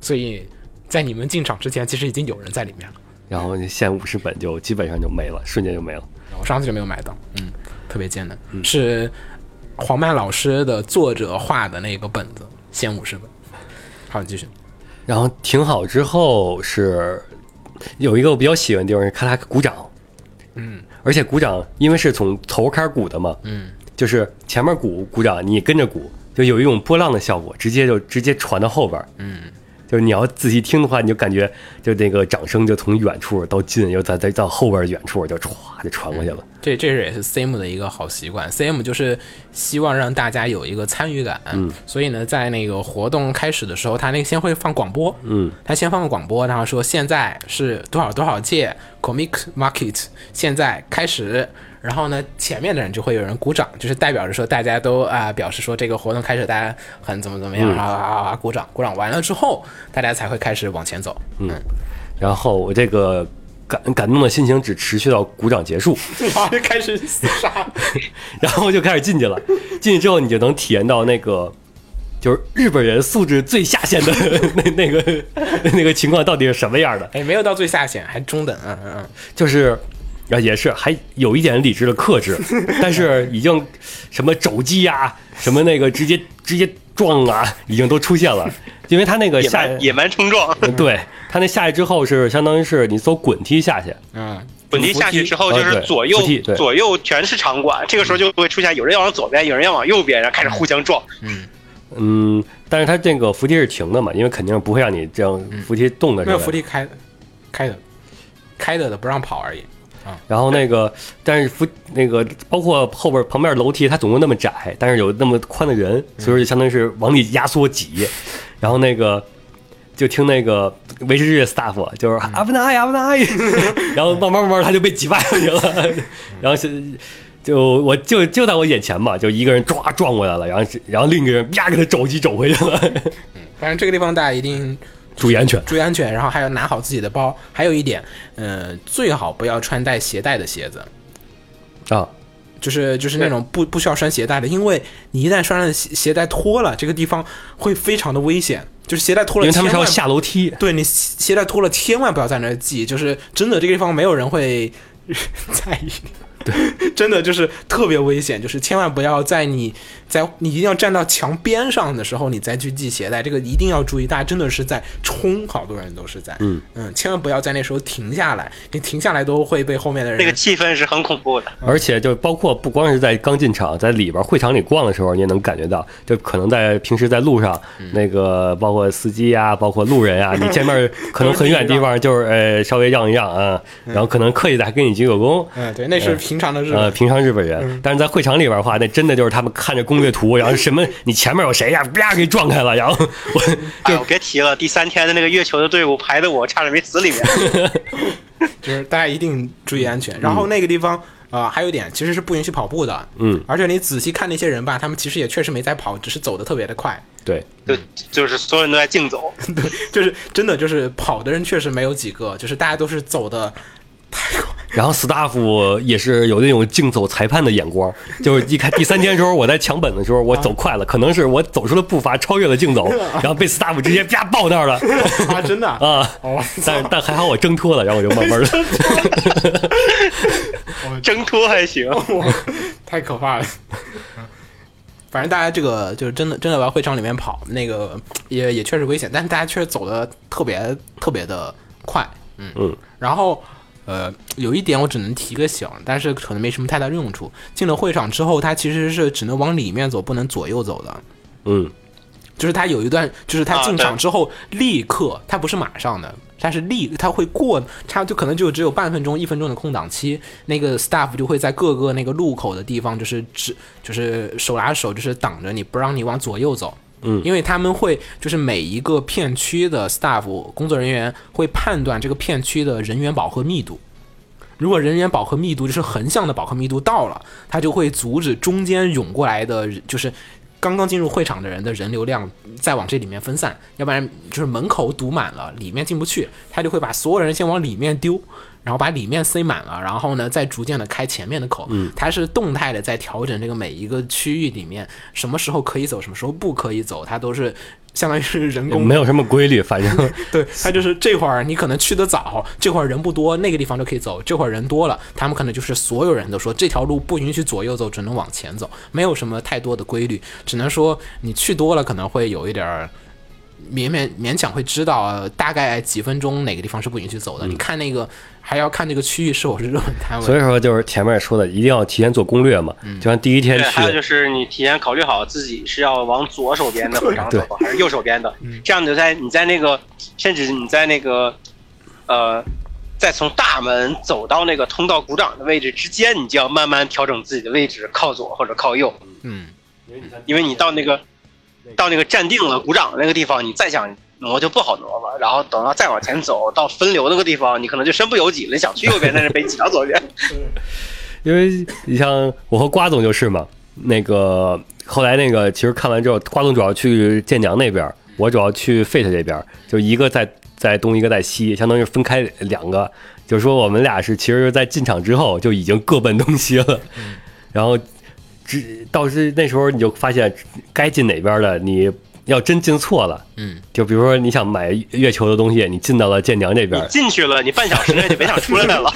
B: 所以在你们进场之前，其实已经有人在里面了。
C: 然后限五十本就基本上就没了，瞬间就没了。
B: 我上次就没有买到，嗯，特别艰难，是黄曼老师的作者画的那个本子，限五十本。好，你继续。
C: 然后停好之后是有一个我比较喜欢的地方是咔嚓鼓掌，嗯，而且鼓掌因为是从头开始鼓的嘛，嗯，就是前面鼓鼓掌，你跟着鼓，就有一种波浪的效果，直接就直接传到后边，嗯，就是你要仔细听的话，你就感觉就那个掌声就从远处到近，又再再到后边远处就歘就传过去了，
B: 这这是也是 CM 的一个好习惯，CM 就是希望让大家有一个参与感，嗯，所以呢，在那个活动开始的时候，他那个先会放广播，嗯，他先放个广播，然后说现在是多少多少届 Comic Market，现在开始，然后呢，前面的人就会有人鼓掌，就是代表着说大家都啊、表示说这个活动开始，大家很怎么怎么样，然后啊啊啊鼓掌，鼓掌完了之后，大家才会开始往前 走，嗯，
C: 然后我这个感感动的心情只持续到鼓掌结束。
E: 然后就开始厮杀。
C: 然后就开始进去了。进去之后，你就能体验到那个就是日本人素质最下限的那那个那个情况到底是什么样的。
B: 哎，没有到最下限，还中等，嗯嗯嗯。
C: 就是啊，也是还有一点理智的克制，但是已经什么肘击啊，什么那个直接直接撞啊，已经都出现了。因为他那个
D: 野
C: 下嗯
D: 蛮野蛮冲撞，
C: 对他那下去之后是相当于是你走滚梯下去，
B: 嗯
D: 本地下去之后就
C: 啊
D: 是
C: 对
D: 左右
C: 扶梯对
D: 左右全是场馆，这个时候就会出现有人要往左边，有人要往右边，然后开始互相撞。
C: 嗯，但是他这个扶梯是停的嘛，因为肯定不会让你这样扶梯动的。
B: 没有扶梯开的，开的，开的的不让跑而已。
C: 然后那个，但是扶那个包括后边旁边楼梯，它总共那么窄，但是有那么宽的人，
B: 嗯
C: 所以说就相当于是往里压缩挤。然后那个就听那个维持日 staff 就是
B: 嗯
C: 阿布纳伊阿 布纳伊，然后慢慢慢慢他就被挤外头去了，然后是。就我就就在我眼前嘛，就一个人抓撞过来了，然后是然后另一个人啪给他肘击肘回去了，
B: 反正这个地方大家一定
C: 注意安全。
B: 注意安全，然后还要拿好自己的包。还有一点，呃，最好不要穿带鞋带的鞋子，嗯
C: 啊，
B: 就是就是那种不不需要拴鞋带的，因为你一旦拴上鞋鞋带脱了，这个地方会非常的危险。就是鞋带脱
C: 因
B: 了，
C: 为他们是
B: 千
C: 要
B: 万
C: 下楼梯，
B: 对你鞋鞋带脱了，千万不要在那儿系，就是真的这个地方没有人会 在意。对，真的就是特别危险，就是千万不要在你在你一定要站到墙边上的时候，你再去系鞋带，这个一定要注意。大家真的是在冲，好多人都是在，嗯千万不要在那时候停下来，你停下来都会被后面的人
D: 那个气氛是很恐怖的。
C: 而且就包括不光是在刚进场，在里边会场里逛的时候，你也能感觉到，就可能在平时在路上，
E: 嗯
C: 那个包括司机啊，包括路人啊，你见 面可能很远的地方就是呃稍微让一让啊，然后可能刻意的还跟你鞠个躬。
E: 嗯，对，
B: 哎
E: 嗯那是平常的日
C: 呃，
E: 本。
C: 平常日本人，但是在会场里边的话，那真的就是他们看着攻略图，然后什么你前面有谁呀，啪给撞开了，然后 我
D: 哎，我别提了，第三天的那个月球的队伍排的我差点没 死里面。
B: 就是大家一定注意安全。然后那个地方啊、呃还有一点其实是不允许跑步的，
C: 嗯，
B: 而且你仔细看那些人吧，他们其实也确实没在跑，只是走的特别的快。
C: 对，
D: 就就是所有人都在 竞走，
B: 就是真的就是跑的人确实没有几个，就是大家都是走的，
C: 然后 staff 也是有那种竞走裁判的眼光， 就是一开第三天的时候，我在抢本的时候，我走快了，可能是我走出了步伐，超越了竞走，然后被 staff 直接啪抱那儿了
E: 啊，真的啊，
C: 啊！
E: 哦，
C: 但但还好我挣脱了，然后我就慢慢的，
D: 挣脱还行。
E: 太可怕了。
B: 反正大家这个就是真的真的往会场里面跑，那个也也确实危险，但是大家确实走的特别特别的快，嗯
C: 嗯，
B: 然后。呃，有一点我只能提个醒，但是可能没什么太大用处。进了会场之后，它其实是只能往里面走，不能左右走的。
C: 嗯，
B: 就是他有一段，就是他
D: 啊
B: 进场
D: 对
B: 之后立刻，他不是马上的，他是立，他会过，他就可能就只有半分钟、一分钟的空档期，那个 staff 就会在各个那个路口的地方，就是指，就是手拉手，就是挡着你，不让你往左右走。
C: 嗯
B: 因为他们会就是每一个片区的 staff 工作人员会判断这个片区的人员饱和密度，如果人员饱和密度就是横向的饱和密度到了，它就会阻止中间涌过来的人，就是刚刚进入会场的人的人流量再往这里面分散，要不然就是门口堵满了，里面进不去，它就会把所有人先往里面丢。然后把里面塞满了，然后呢，再逐渐的开前面的口。嗯，它是动态的在调整这个每一个区域里面什么时候可以走，什么时候不可以走，它都是相当于是人工
C: 没有什么规律，反正
B: 对，他就是这会儿你可能去的早，这会儿人不多，那个地方就可以走；这会儿人多了，他们可能就是所有人都说这条路不允许左右走，只能往前走，没有什么太多的规律，只能说你去多了可能会有一点儿。勉勉勉强会知道呃大概几分钟哪个地方是不允许走的。你看那个，还要看这个区域是否是热门摊位。
C: 嗯所以说就是前面说的，一定要提前做攻略嘛，就像第一天
D: 对，还有
C: 去，
D: 就是你提前考虑好自己是要往左手边的会场走还是右手边的，这样你在你在那个，甚至你在那个，呃，在从大门走到那个通道鼓掌的位置之间，你就要慢慢调整自己的位置，靠左或者靠右，
B: 嗯，
D: 因为你到那个到那个站定了鼓掌那个地方，你再想挪就不好挪了。然后等到再往前走到分流那个地方，你可能就身不由己了，想去右边但是被挤到左边。
C: 因为你像我和瓜总就是嘛，那个后来那个其实看完之后，瓜总主要去建娘那边，我主要去 Fate 这边，就一个在在东，一个在西，相当于分开两个。就是说我们俩是其实，在进场之后就已经各奔东西了，然后只到是那时候你就发现该进哪边的，你要真进错了，
B: 嗯，
C: 就比如说你想买月球的东西，你进到了建娘这边
D: 你，进去了，你半小时内就别想出来了。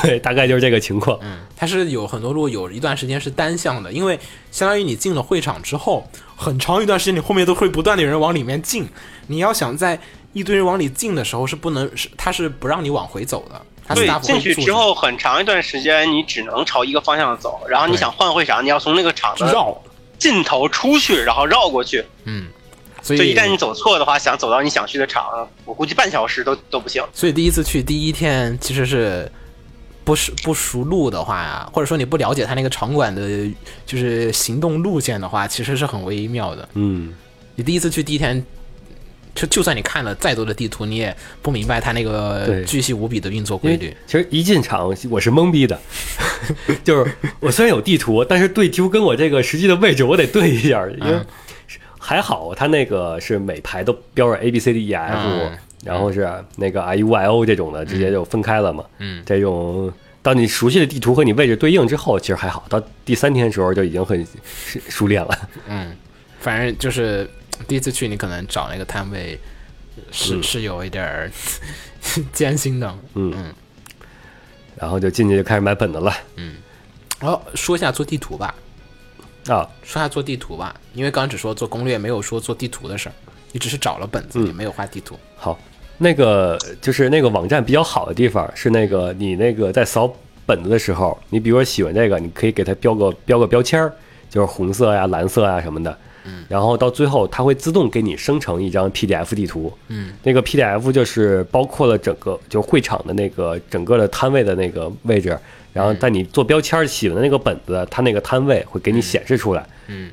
C: 对，大概就是这个情况。
B: 它是有很多路有一段时间是单向的，因为相当于你进了会场之后，很长一段时间你后面都会不断的有人往里面进，你要想在一堆人往里进的时候是不能是它是不让你往回走的，它是
D: 对
B: staff，
D: 进
B: 会
D: 去
B: 阻止
D: 之后很长一段时间，你只能朝一个方向走，然后你
B: 对
D: 想换会场，你要从那个场的
B: 绕，
D: 尽头出去，然后绕过去。
B: 嗯，所
D: 所以
B: 以
D: 一旦你走错的话，想走到你想去的场，我估计半小时都都不行。
B: 所以第一次去第一天其实是。不是不熟路的话呀，或者说你不了解他那个场馆的，就是行动路线的话，其实是很微妙的。
C: 嗯，
B: 你第一次去第一天，就就算你看了再多的地图，你也不明白它那个
C: 对
B: 巨细无比的运作
C: 因
B: 规律
C: 为。其实一进场我是懵逼的， 就是我虽然有地图，但是对图跟我这个实际的位置我得对一下，因为
B: 嗯
C: 还好它那个是每排都标着 A B C D E F，、
B: 嗯
C: 然后是那个 I U I O 这种的直接就分开了嘛。
B: 嗯
C: 这种当你熟悉的地图和你位置对应之后，其实还好，到第三天的时候就已经很熟熟练了。
B: 嗯，反正就是第一次去，你可能找那个摊位是、是有一点儿艰辛的。
C: 嗯，然后就进去就开始买本子了
B: 然后说一下做地图吧，
C: 啊。
B: 说一下做地图吧，因为刚刚只说做攻略，没有说做地图的事儿。你只是找了本子，
C: 嗯
B: 你没有画地图。
C: 好，那个就是那个网站比较好的地方是那个你那个在扫本子的时候，你比如说喜欢这个，你可以给它标个标个标签儿，就是红色呀、蓝色呀什么的。嗯，然后到最后它会自动给你生成一张 PDF 地图。
B: 嗯，
C: 那个 PDF 就是包括了整个就会场的那个整个的摊位的那个位置，然后但你做标签儿喜欢的那个本子，它那个摊位会给你显示出来。
B: 嗯，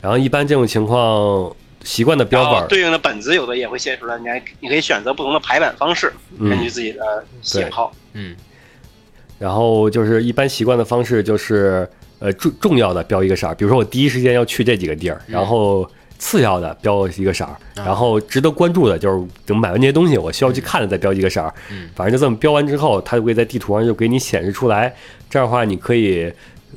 C: 然后一般这种情况习惯的标
D: 然
C: 本
D: 后
C: 儿，
D: 哦对应的本子有的也会现出来，你还你可以选择不同的排版方式，
C: 嗯
D: 根据自己的喜好。
B: 嗯
C: 然后就是一般习惯的方式就是，呃，重重要的标一个色儿，比如说我第一时间要去这几个地儿，
B: 嗯
C: 然后次要的标一个色儿，
B: 啊
C: 然后值得关注的就是等买完这些东西，我需要去看的再标一个色儿。
B: 嗯
C: 反正就这么标完之后，它就会在地图上就给你显示出来。这样的话，你可以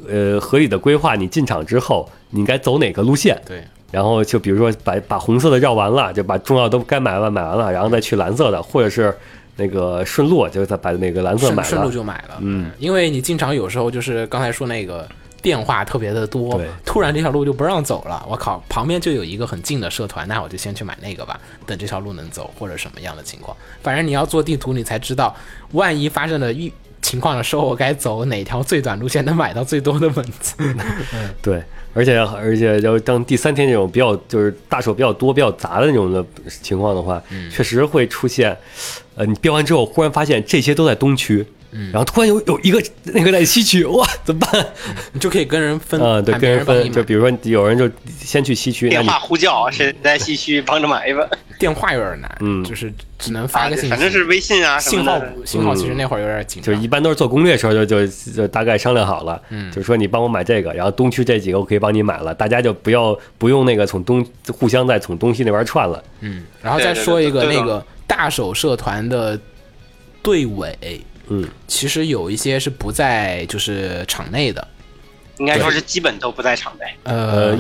C: 呃合理的规划你进场之后你应该走哪个路线。
B: 对，
C: 然后就比如说把把红色的绕完了，就把重要都该买完买完了，然后再去蓝色的，或者是那个顺路，就再把那个蓝色
B: 顺
C: 买了。
B: 顺路就买了。
C: 嗯，
B: 因为你经常有时候就是刚才说那个变化特别的多
C: 对，
B: 突然这条路就不让走了，我靠，旁边就有一个很近的社团，那我就先去买那个吧，等这条路能走或者什么样的情况。反正你要做地图，你才知道，万一发生了遇情况的时候，我该走哪条最短路线能买到最多的文 字。
C: 对，而且而且要当第三天这种比较就是大手比较多、比较杂的那种的情况的话，
B: 嗯
C: 确实会出现，呃，你标完之后忽然发现这些都在东区，
B: 嗯
C: 然后突然有有一个那个在西区，哇，怎么办？
B: 你就可以嗯跟人分
C: 啊、对，
B: 喊别
C: 跟人
B: 帮你
C: 分，
B: 买
C: 就比如说有人就先去西区，那
D: 电
C: 你
D: 话呼叫啊，谁在西区帮着买一 个？
B: 电话有点难，
C: 嗯
B: 就是只能
D: 啊
B: 发个信息，
D: 反正是微信啊什
B: 信
D: 么
B: 号
D: 的。
B: 信号其实那会儿有点紧
C: 就
B: 张，
C: 是一般都是做攻略的时候就就就大概商量好了，嗯，就说你帮我买这个，然后东区这几个我可以帮你买了，大家就不要不用那个从东互相再从东西那边串了，
B: 嗯，然后再说一个
D: 对对对对
B: 那个大手社团的队尾，
C: 嗯，
B: 其实有一些是不在就是场内的，
D: 应该说是基本都不在场内。
B: 呃，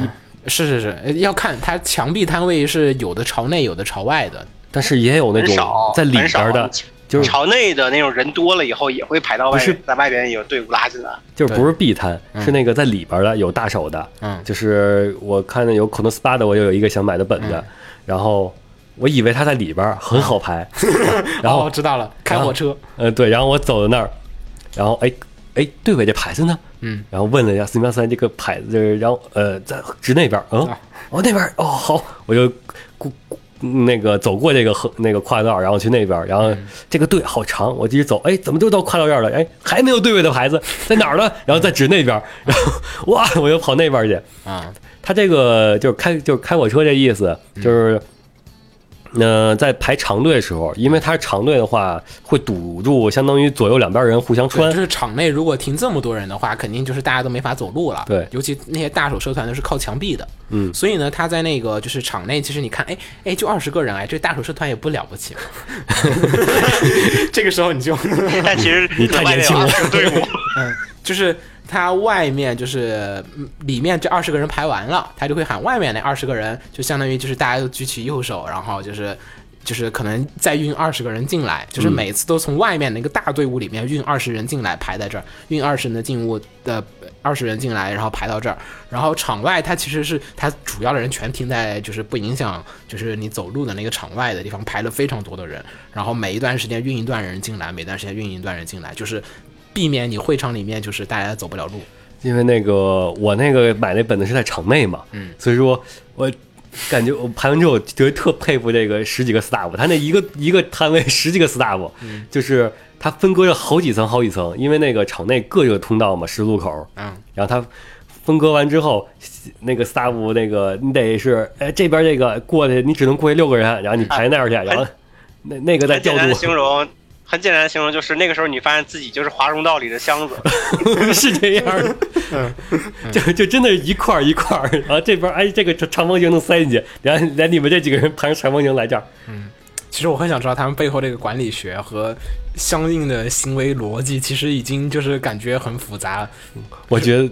B: 是是是，呃要看它墙壁摊位是有的朝内，有的朝外的，
C: 但是也有那
D: 很
C: 种
D: 少
C: 在里
D: 很少
C: 边的，就是
D: 朝内的那种人多了以后，也会排到
C: 不
D: 外
C: 是，
D: 在外边有队伍拉进来。
C: 就是不是壁摊，是那个在里边儿的有大手的，
B: 嗯
C: 就是我看到有 c o n o s p a 的，我就有一个想买的本子，然后我以为他在里边儿很好排，然后
B: 哦知道了，开火车，
C: 呃对，然后我走到那儿，然后哎哎对尾这牌子呢？
B: 嗯，
C: 然后问了一下四零八三这个牌子，就是然后呃在指那边儿，嗯
B: 啊，
C: 哦那边儿哦好，我就过那个走过这个横那个跨道，然后去那边儿，然
B: 嗯
C: 后这个队好长，我继续走，哎怎么就到跨道这儿了？哎还没有队尾的牌子在哪儿呢？然后再指那边儿，然后哇我又跑那边儿去，
B: 啊，
C: 他这个就是开就是开火车这意思，就是，呃，在排长队的时候，因为他是长队的话，会堵住，相当于左右两边人互相
B: 对
C: 穿
B: 就。是场内如果停这么多人的话，肯定就是大家都没法走路了，
C: 对
B: 尤其那些大手社团都是靠墙壁的，
C: 嗯
B: 所以呢，他在那个就是场内，其实你看，哎哎，就二十个人，哎，这大手社团也不了不起嘛，
E: 这个时候你就
D: 但其实
C: 你太
D: 外
C: 年
D: 面
C: 轻
D: 有
C: 了
D: 二十 个队伍，
B: 嗯就是他外面就是嗯里面这二十个人排完了，他就会喊外面那二十个人，就相当于就是大家都举起右手，然后就是就是可能再运二十个人进来，就是每次都从外面那个大队伍里面运二十人进来排在这儿，运二十人的进屋的呃二十人进来，然后排到这儿，然后场外他其实是他主要的人全停在就是不影响就是你走路的那个场外的地方排了非常多的人，然后每一段时间运一段人进来，每段时间运一段人进来，就是避免你会场里面就是大家走不了路。
C: 因为那个我那个买那本子是在场内嘛，
B: 嗯
C: 所以说我感觉我排完之后觉得特佩服这个十几个 staff，他那一个一个摊位十几个 staff，就是他分割了好几层好几层，因为那个场内各有通道嘛，十字路口，
B: 嗯，
C: 然后他分割完之后，那个 staff 那个你得是哎这边这个过去你只能过去六个人，然后你排那儿去，然后那那个再
D: 很
C: 调
D: 简单的形
C: 度，
D: 容，很简单的形容就是那个时候你发现自己就是华容道里的箱子，
C: 是这样的， 就就真的是一块儿一块儿，然后这边哎这个长长方形能塞进去，然后连你们这几个人排成长方形来这儿。
B: 其实我很想知道他们背后这个管理学和相应的行为逻辑，其实已经就是感觉很复杂。
C: 我觉得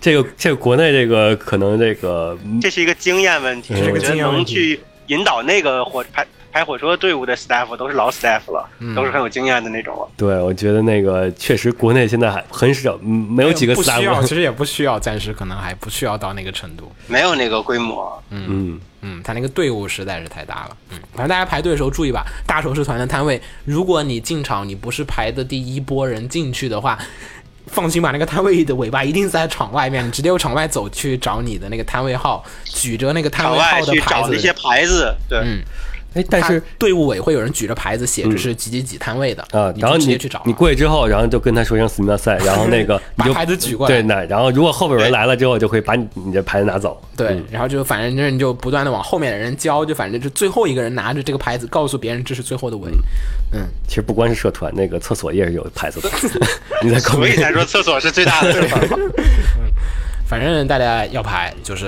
C: 这个这个国内这个可能这个嗯
D: 这是一个经验问题。
C: 这是
D: 我
C: 个
D: 觉得
B: 经验问
D: 能
B: 题
D: 去引导那个火排排火车队伍的 staff 都是老 staff 了，
C: 嗯
D: 都是很有经验的那种了。
C: 对，我觉得那个确实国内现在还很少，嗯没有几个
B: 不需
D: 啊
C: staff，
B: 要，其实也不需要，暂时可能还不需要到那个程度。
D: 没有那个规模，
C: 嗯，
B: 嗯，他那个队伍实在是太大了。嗯，反正大家排队的时候注意吧，大手势团的摊位，如果你进场你不是排的第一波人进去的话，放心吧，那个摊位的尾巴一定在场外面，你直接由场外走去找你的那个摊位号，举着那个摊
D: 场
B: 位
D: 外
B: 号的
D: 去
B: 牌
D: 找
B: 子
D: 那
B: 的
D: 些
B: 人。
D: 牌子，对，
B: 嗯
C: 哎，但是
B: 他队伍委会有人举着牌子写着是几几几摊位的
C: 嗯啊，
B: 你
C: 然后
B: 就直
C: 你
B: 接去找了
C: 你过去之后，然后就跟他说一声“死命赛”，然后那个你
B: 把
C: 就
B: 牌子举过来哎
C: 对，那然后如果后边有人来了之后，就会把你你的牌子拿走。
B: 对，然后就反正就是你就不断的往后面的人教，就反正就最后一个人拿着这个牌子告诉别人这是最后的
C: 嗯
B: 尾，
C: 其实不光是社团，那个厕所也是有牌子的。 你在考
D: 所
C: 虑
D: 以才说厕所是最大的地方。
C: 嗯
B: 反正大家要排，就是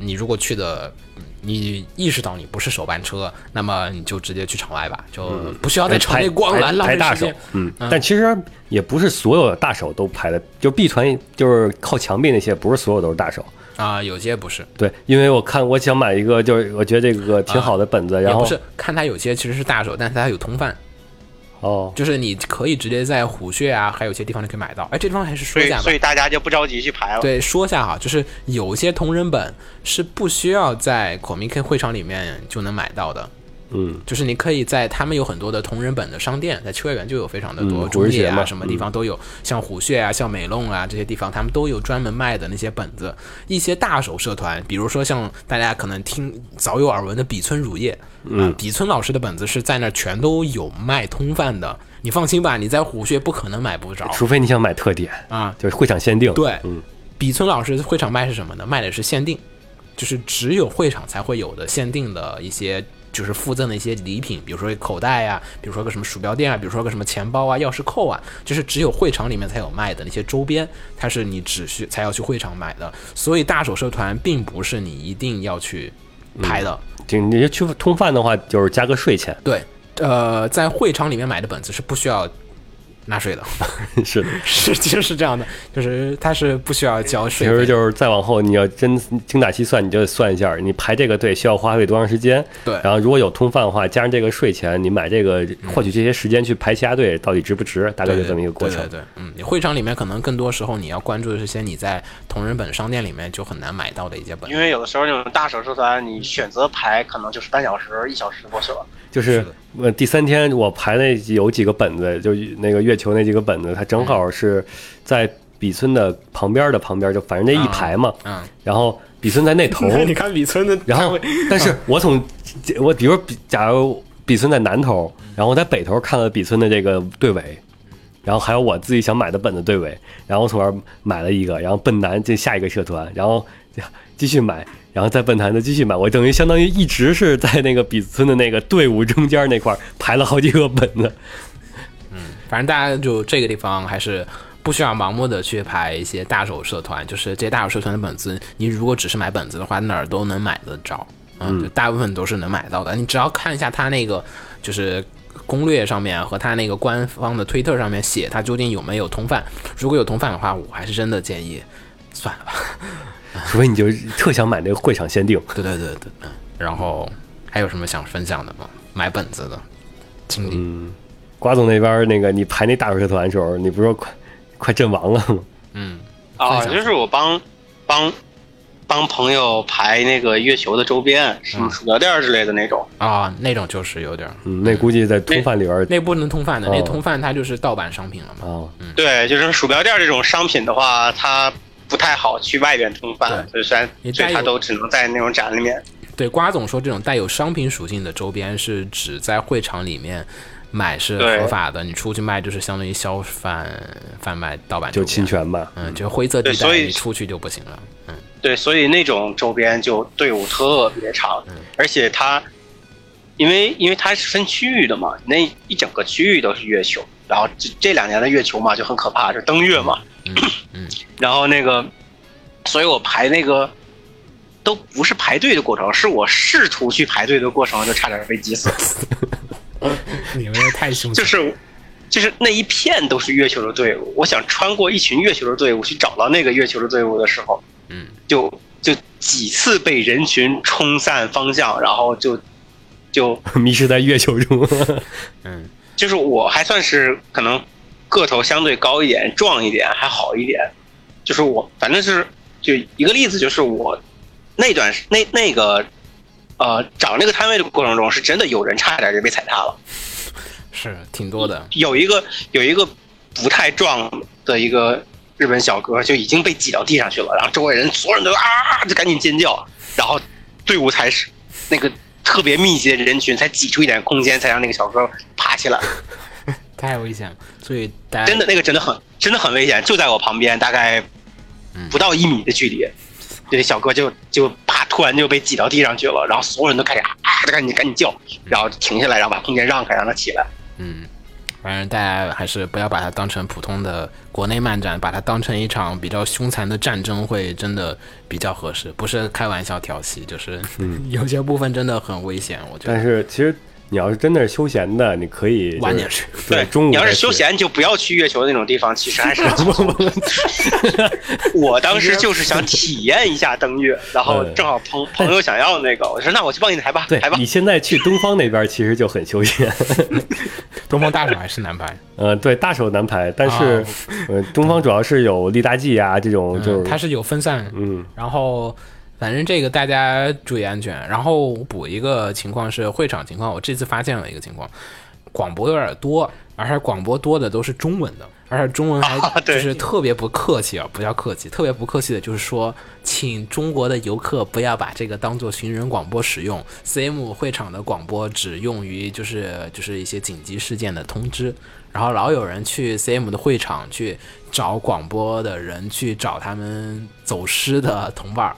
B: 你如果去的，嗯你意识到你不是首班车，那么你就直接去场外吧，就不需要在场内逛了，
C: 嗯哎排
B: 浪
C: 排
B: 费
C: 大
B: 时
C: 手
B: 间。，
C: 嗯，但其实也不是所有的大手都排的，就 B 团就是靠墙壁那些，不是所有都是大手。
B: 啊、有些不是，
C: 对，因为我看我想买一个，就是我觉得这个挺好的本子，
B: 啊也
C: 然后
B: 不是，看它有些其实是大手，但是它有通贩，
C: 哦，
B: 就是你可以直接在虎穴啊，还有一些地方就可以买到。哎，这地方还是说
D: 所
B: 一
D: 以
B: 下吧
D: 所。以大家就不着急去排了。
B: 对，说一下哈，就是有些同人本是不需要在 Comic 会场里面就能买到的，
C: 嗯，
B: 就是你可以在他们有很多的同人本的商店，在秋叶原就有非常的多，
C: 嗯
B: 中野
C: 虎穴嘛
B: 啊什么地方都有，像虎穴啊、像美弄啊这些地方，他们都有专门卖的那些本子。一些大手社团，比如说像大家可能听早有耳闻的比村乳业，嗯，比村老师的本子是在那儿全都有卖通贩的，你放心吧，你在虎穴不可能买不着
C: 除非你想买特点，
B: 啊。
C: 就是会场限定。
B: 对
C: 嗯，
B: 比村老师会场卖是什么呢？卖的是限定，就是只有会场才会有的限定的一些，就是附赠的一些礼品，比如说口袋呀、比如说个什么鼠标垫啊，比如说个什么钱包啊、钥匙扣啊，就是只有会场里面才有卖的那些周边，它是你只需才要去会场买的。所以大手社团并不是你一定要去
C: 嗯
B: 拍的，
C: 就你就去通贩的话，就是加个税钱。
B: 对。呃，在会场里面买的本子是不需要纳税的，
C: 是的，
B: 是其实是这样的，就是它是不需要交
C: 其
B: 税费的。
C: 实就是再往后，你要真精打细算，你就得算一下，你排这个队需要花费多长时间。
B: 对嗯
C: 然后如果有通贩的话，加上这个税钱，你买这个获取这些时间去排其他队，到底值不值？大概
B: 对
C: 就
B: 对
C: 这么一个过程
B: 对。对对，嗯，你会场里面可能更多时候你要关注的是些你在同人本商店里面就很难买到的一些本
D: 因。为有的时候那种大手术团，你选择排可能就是半小时、一小时过去了。
C: 就是
B: 是的
C: 呃，第三天我排那有几个本子，就那个月球那几个本子，它正好是在比村的旁边的旁边，就反正那一排嘛。
B: 嗯，
C: 然后比村在那头，
E: 你看比村的，
C: 然后但是我从我比如比假如比村在南头，然后我在北头看了比村的这个队尾。然后还有我自己想买的本子队尾，然后我从那儿买了一个，然后奔南进下一个社团，然后继续买，然后再奔南再继续买，我等于相当于一直是在那个比村的那个队伍中间那块儿排了好几个本子。
B: 反正大家就这个地方还是不需要盲目的去排一些大手社团，就是这些大手社团的本子，你如果只是买本子的话，哪儿都能买得着。嗯，就大部分都是能买到的。你只要看一下它那个就是攻略上面和它那个官方的推特上面写它究竟有没有通贩，如果有通贩的话，我还是真的建议算了吧。
C: 除非你就特想买那个会场限定，
B: 对对对对，嗯。然后还有什么想分享的吗？买本子的经历，嗯
C: 瓜总那边儿那个你排那大社团的时候，你不是说快快阵亡了吗？
D: 啊，
B: 分享
D: 就是我帮帮帮朋友排那个月球的周边，什
B: 嗯
D: 么鼠标垫儿之类的那种。
B: 啊，那种就是有点儿，
C: 嗯，那估计在通贩里边儿
B: 那不能通贩的，那
C: 哦
B: 通贩它就是盗版商品了嘛。
C: 啊，
D: 对，就是鼠标垫儿这种商品的话，它不太好去外边通贩，
B: 对
D: 所以虽然
B: 你带
D: 所以它
B: 有
D: 都只能在那种展里面。
B: 对，瓜总说这种带有商品属性的周边是指在会场里面买是
D: 对
B: 合法的，你出去卖就是相当于销贩贩卖盗版周
C: 就
B: 边，
C: 侵权吧。
B: 嗯，就是灰色地
D: 对所
B: 带
D: 以
B: 你出去就不行了。嗯，
D: 对，所以那种周边就队伍特别长，
B: 嗯
D: 而且它，因为因为它是分区域的嘛，那一整个区域都是月球，然后这这两年的月球嘛就很可怕，就登月嘛，
B: 嗯嗯
D: 然后那个，所以我排那个都不是排队的过程，是我试图去排队的过程，就差点被挤死，
B: 你们也太凶
D: 就
B: 残。
D: 是。就是那一片都是月球的队伍，我想穿过一群月球的队伍去找到那个月球的队伍的时候，
B: 嗯
D: 就就几次被人群冲散方向，然后就就
C: 迷失在月球中，
B: 嗯
D: 就是我还算是可能个头相对高一点，壮一点还好一点，就是我反正是就一个例子，就是我那段时那那个呃找那个摊位的过程中，是真的有人差点就被踩踏了，
B: 是挺多的。
D: 有一个有一个不太壮的一个。日本小哥就已经被挤到地上去了，然后周围人所有人都啊就赶紧尖叫，然后队伍才是那个特别密集的人群才挤出一点空间，才让那个小哥爬起来。
B: 太危险了，所以大家
D: 真的那个真的很真的很危险，就在我旁边，大概不到一米的距离，这小哥就就啪突然就被挤到地上去了，然后所有人都开始啊，赶紧赶紧叫，然后停下来，然后把空间让开，让他起来。
B: 嗯，反正大家还是不要把它当成普通的国内漫展，把它当成一场比较凶残的战争，会真的比较合适，不是开玩笑调戏，就是、 有些部分真的很危险，我觉
C: 嗯但
B: 得。
C: 是其实你要是真的是休闲的，你可以就是
B: 晚点去。
C: 对，中午
D: 你要
C: 再
D: 是
C: 去
D: 休，闲就不要去月球的那种地方，其实还是 我当时就是想体验一下登月，然后
B: 嗯
D: 正好朋朋友想要那个，我说那我去帮你抬吧，
C: 对
D: 抬吧
C: 你。现在去东方那边其实就很休闲。
B: 东方大手还是南排，
C: 呃，对，大手难排，但是呃，东方主要是有利大剂啊这种，就
B: 嗯，
C: 是
B: 它是有分散，
C: 嗯，
B: 然后反正这个大家注意安全。然后我补一个情况是会场情况，我这次发现了一个情况，广播有点多，而且广播多的都是中文的，而且中文 还就
D: 对
B: 是特别不客气啊，不叫客气，特别不客气的就是说，请中国的游客不要把这个当做寻人广播使用，CM 会场的广播只用于就是就是一些紧急事件的通知。然后老有人去 CM 的会场去找广播的人去找他们走失的同伴儿，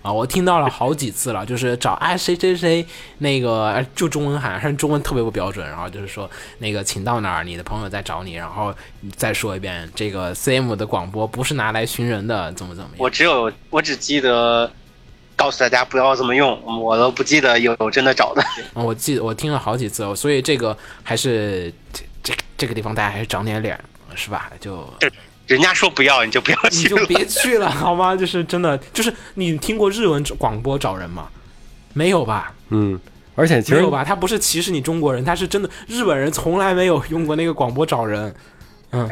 B: 啊，我听到了好几次了，就是找哎谁谁谁那个哎就中文喊，但是中文特别不标准，然后就是说那个请到哪儿，你的朋友在找你，然后你再说一遍这个 CM 的广播不是拿来寻人的，怎么怎么
D: 我
B: 样？
D: 只有我只记得告诉大家不要这么用，嗯我都不记得有有真的找的。
B: 嗯我我记得我听了好几次哦，所以这个还是这这这个地方大家还是长点脸儿是吧？就
D: 人家说不要你就不要
B: 你
D: 去
B: 就
D: 了。
B: 别去了好吗？就是真的，就是你听过日文广播找人吗？没有吧？
C: 嗯，而且其
B: 没
C: 实
B: 有吧？他不是歧视你中国人，他是真的日本人从来没有用过那个广播找人。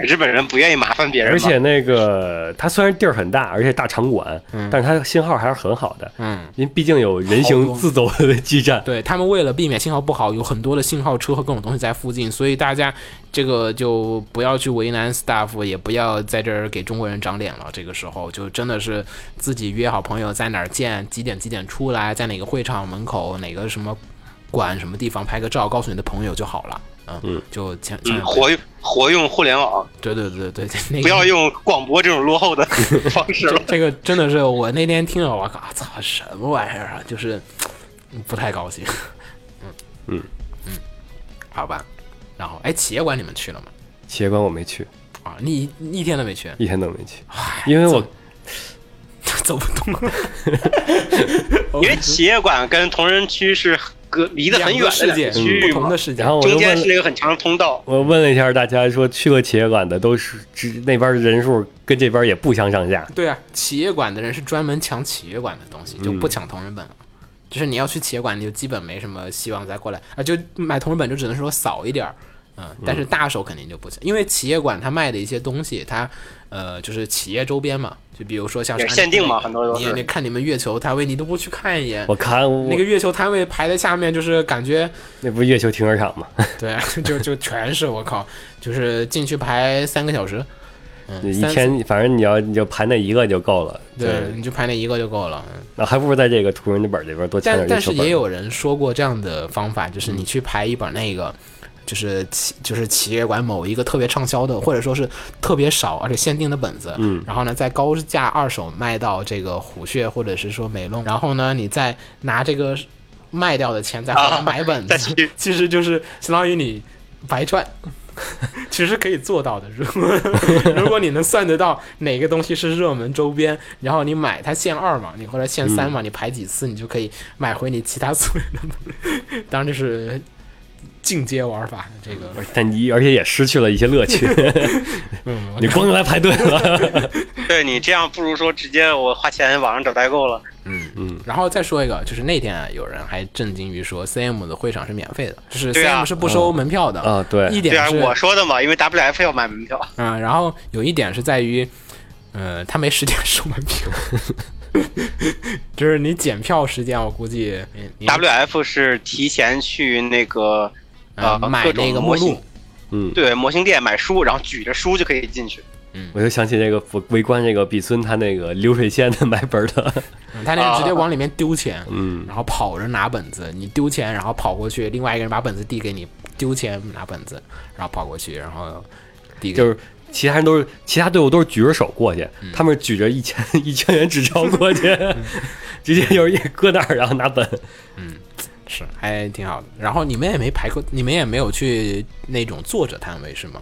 D: 日本人不愿意麻烦别人嘛，
C: 而且那个它虽然地儿很大，而且大场馆，但是它信号还是很好的，
B: 嗯，
C: 因为毕竟有人
B: 好
C: 行
B: 多
C: 自走的基站。
B: 对他们为了避免信号不好，有很多的信号车和各种东西在附近，所以大家这个就不要去为难 staff，也不要在这儿给中国人长脸了。这个时候就真的是自己约好朋友在哪儿见，几点几点出来，在哪个会场门口哪个什么馆什么地方拍个照，告诉你的朋友就好了。嗯
C: 嗯，
B: 就千千
D: 嗯，
B: 万不要
D: 活用活用互联网，
B: 对对对对对，那 个
D: 不要用广播这种落后的方式 了。
B: 这个真的是我那天听了，我靠，操，什么玩意儿啊！就是嗯不太高兴。嗯
C: 嗯
B: 嗯，好吧。然后，哎，企业馆你们去了吗？
C: 企业馆我没去，
B: 啊，你你一天都没去，
C: 一天都没去，因为我
B: 走不动了，
D: 因为企业馆跟同仁区是隔离得很远
B: 两个世
D: 的两
B: 界，
D: 个区
B: 不
D: 域
B: 同
D: 嘛
B: 的，世界。
C: 然后我
D: 中
C: 就
D: 间
C: 问
D: 是
C: 了，
D: 一个很长的通道。
C: 我问了一下大家，说去过企业馆的都是只那边人数跟这边也不相上下。
B: 对啊，企业馆的人是专门抢企业馆的东西，就不抢同人本了。就是你要去企业馆，你就基本没什么希望再过来啊，就买同人本就只能说少一点儿，嗯，但是大手肯定就不行，因为企业馆它卖的一些东西，它呃就是企业周边嘛，就比如说像是
D: 也是限定嘛很多都
B: 你
D: 是
B: 你看你们月球摊位，你都不去看一眼
C: 我。看我
B: 那个月球摊位排在下面，就是感觉啊
C: 那不是月球停车场吗？
B: 嗯对，就就全是我靠，就是进去排三个小时，
C: 嗯一天反正你要你就盘那一个就够了。
B: 对，你就拍那一个就够了。嗯
C: 那还不如在这个图人的本里边多签
B: 但
C: 点
B: 但
C: 人手
B: 是
C: 本
B: 也。有人说过这样的方法，就是你去排一本那个，就是企就是企业馆某一个特别畅销的，或者说是特别少而且限定的本子，
C: 嗯
B: 然后呢在高价二手卖到这个虎穴或者是说美弄，然后呢你再拿这个卖掉的钱再回来
D: 啊
B: 买本
D: 再
B: 子
D: 去，
B: 其实就是相当于你白赚。 其实可以做到的，如果 如果你能算得到哪个东西是热门周边，然后你买它限二嘛，你或者限三嘛，你排几次你就可以买回你其他所有的东西。 当然这是进阶玩法，这个
C: 但你而且也失去了一些 乐趣，
B: 嗯，
C: 你光用来排队 了。
D: 对你这样不如说直接我花钱网上找代购了。嗯
B: 然后再说一个，就是那天啊有人还震惊于说 CM 的会场是免费的，就是
D: 对啊
B: CM 是不收门票的
C: 啊对
B: 一
D: 对
B: 点
D: 啊，
B: 是
D: 我说的嘛，因为 WF 要买门票，
B: 嗯，然后有一点是在于，呃，他没时间 收门票，就是你检票时间，我估计你你
D: WF 是提前去那个
B: 呃
D: 呃
B: 买
D: 各
B: 那
D: 种
B: 个目
D: 模型
B: 录，
C: 嗯，
D: 对模型店买书，然后举着书就可以进去。
C: 我就想起那个围观这个比村他那个流水线的买本的，
B: 嗯他那是直
D: 啊
B: 接往里面丢钱，
C: 嗯
B: 然后跑着拿本子，你丢钱，然后跑过去，另外一个人把本子递给你，丢钱拿本子，然后跑过去，然后递给
C: 就
B: 你
C: 是其他人都是其他队伍都是举着手过去，他们举着一千一千元纸钞过去，直接就是一搁那儿，然后拿本。
B: 是还哎挺好的。然后你们也没排过，你们也没有去那种作者摊位是吗？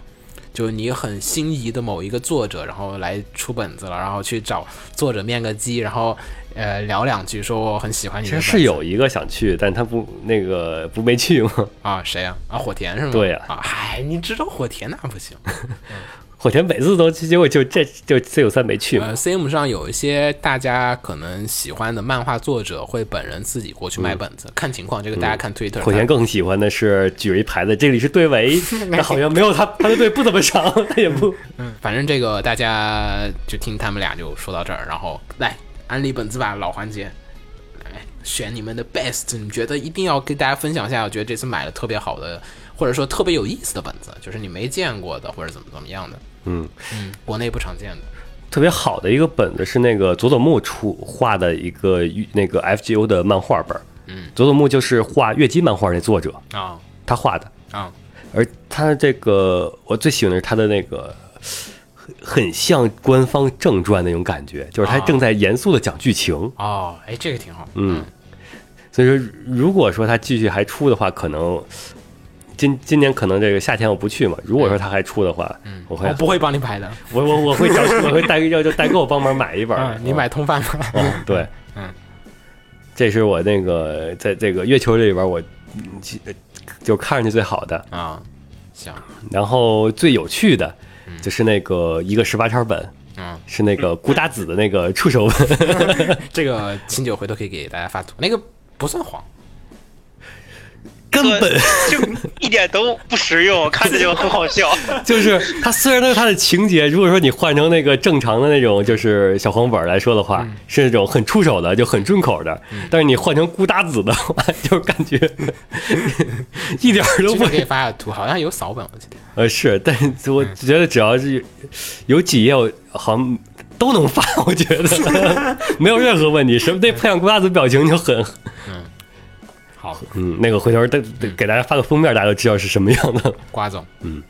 B: 就你很心仪的某一个作者，然后来出本子了，然后去找作者面个基，然后呃聊两句，说我很喜欢你
C: 其
B: 的本
C: 实
B: 子。
C: 是有一个想去，但他不那个不没去嘛。
B: 啊，谁呀、啊？火田是吗？
C: 对呀
B: 啊，嗨，你知道火田那不行。
C: 火田每次都去，结果就这就 C 九三没去嘛。
B: 呃，CM 上有一些大家可能喜欢的漫画作者会本人自己过去卖本子，看情况，这个大家看推特。
C: 嗯火田更喜欢的是举着一牌子，这里是队尾，但好像没有他他的队不怎么长，他也不
B: 反正这个大家就听他们俩就说到这儿，然后来安利本子吧，老环节，来选你们的 best，你觉得一定要跟大家分享一下，我觉得这次买的特别好的，或者说特别有意思的本子，就是你没见过的，或者怎么怎么样的，
C: 嗯
B: 嗯，国内不常见的，
C: 特别好的一个本子是那个佐佐木出画的一个那个 FGO 的漫画本。
B: 嗯，
C: 佐佐木就是画月姬漫画那作者，
B: 啊
C: 他画的。
B: 啊
C: 而他这个我最喜欢的是他的那个很很像官方正传那种感觉，就是他
B: 啊
C: 正在严肃的讲剧情。
B: 哦，哎，这个挺好，
C: 嗯，所以说如果说他继续还出的话，可能今今年可能这个夏天我不去嘛。如果说他还出的话，我会
B: 我不会帮你排的，
C: 嗯哦我我我会找我会代要就代购帮忙买一本儿
B: 啊，，你买通贩 吧，
C: 嗯对，
B: 嗯，
C: 这是我那个在这个月球这里边我嗯其就看上去最好的，
B: 啊，行，
C: 然后最有趣的就是那个一个十八叉本，
B: 嗯。
C: 是那个古达子的那个触手本，
B: 这个清酒回头可以给大家发图，那个不算黄，
C: 根本
D: 就一点都不实用，看着就很好笑。
C: 就是它虽然它有它的情节，如果说你换成那个正常的那种就是小黄本来说的话，是那种很出手的，就很重口的，但是你换成古达子的话，就是感觉一点儿都
B: 清
C: 不
B: 酒可以发下图，好像有扫本，我记得。
C: 呃，是，但是我觉得只要是有几页，我好像都能发，我觉得没有任何问题。什么那配上瓜子表情就很，
B: 好，
C: 嗯，那个回头儿得得给大家发个封面，大家都知道是什么样的。
B: 瓜总，
C: 嗯，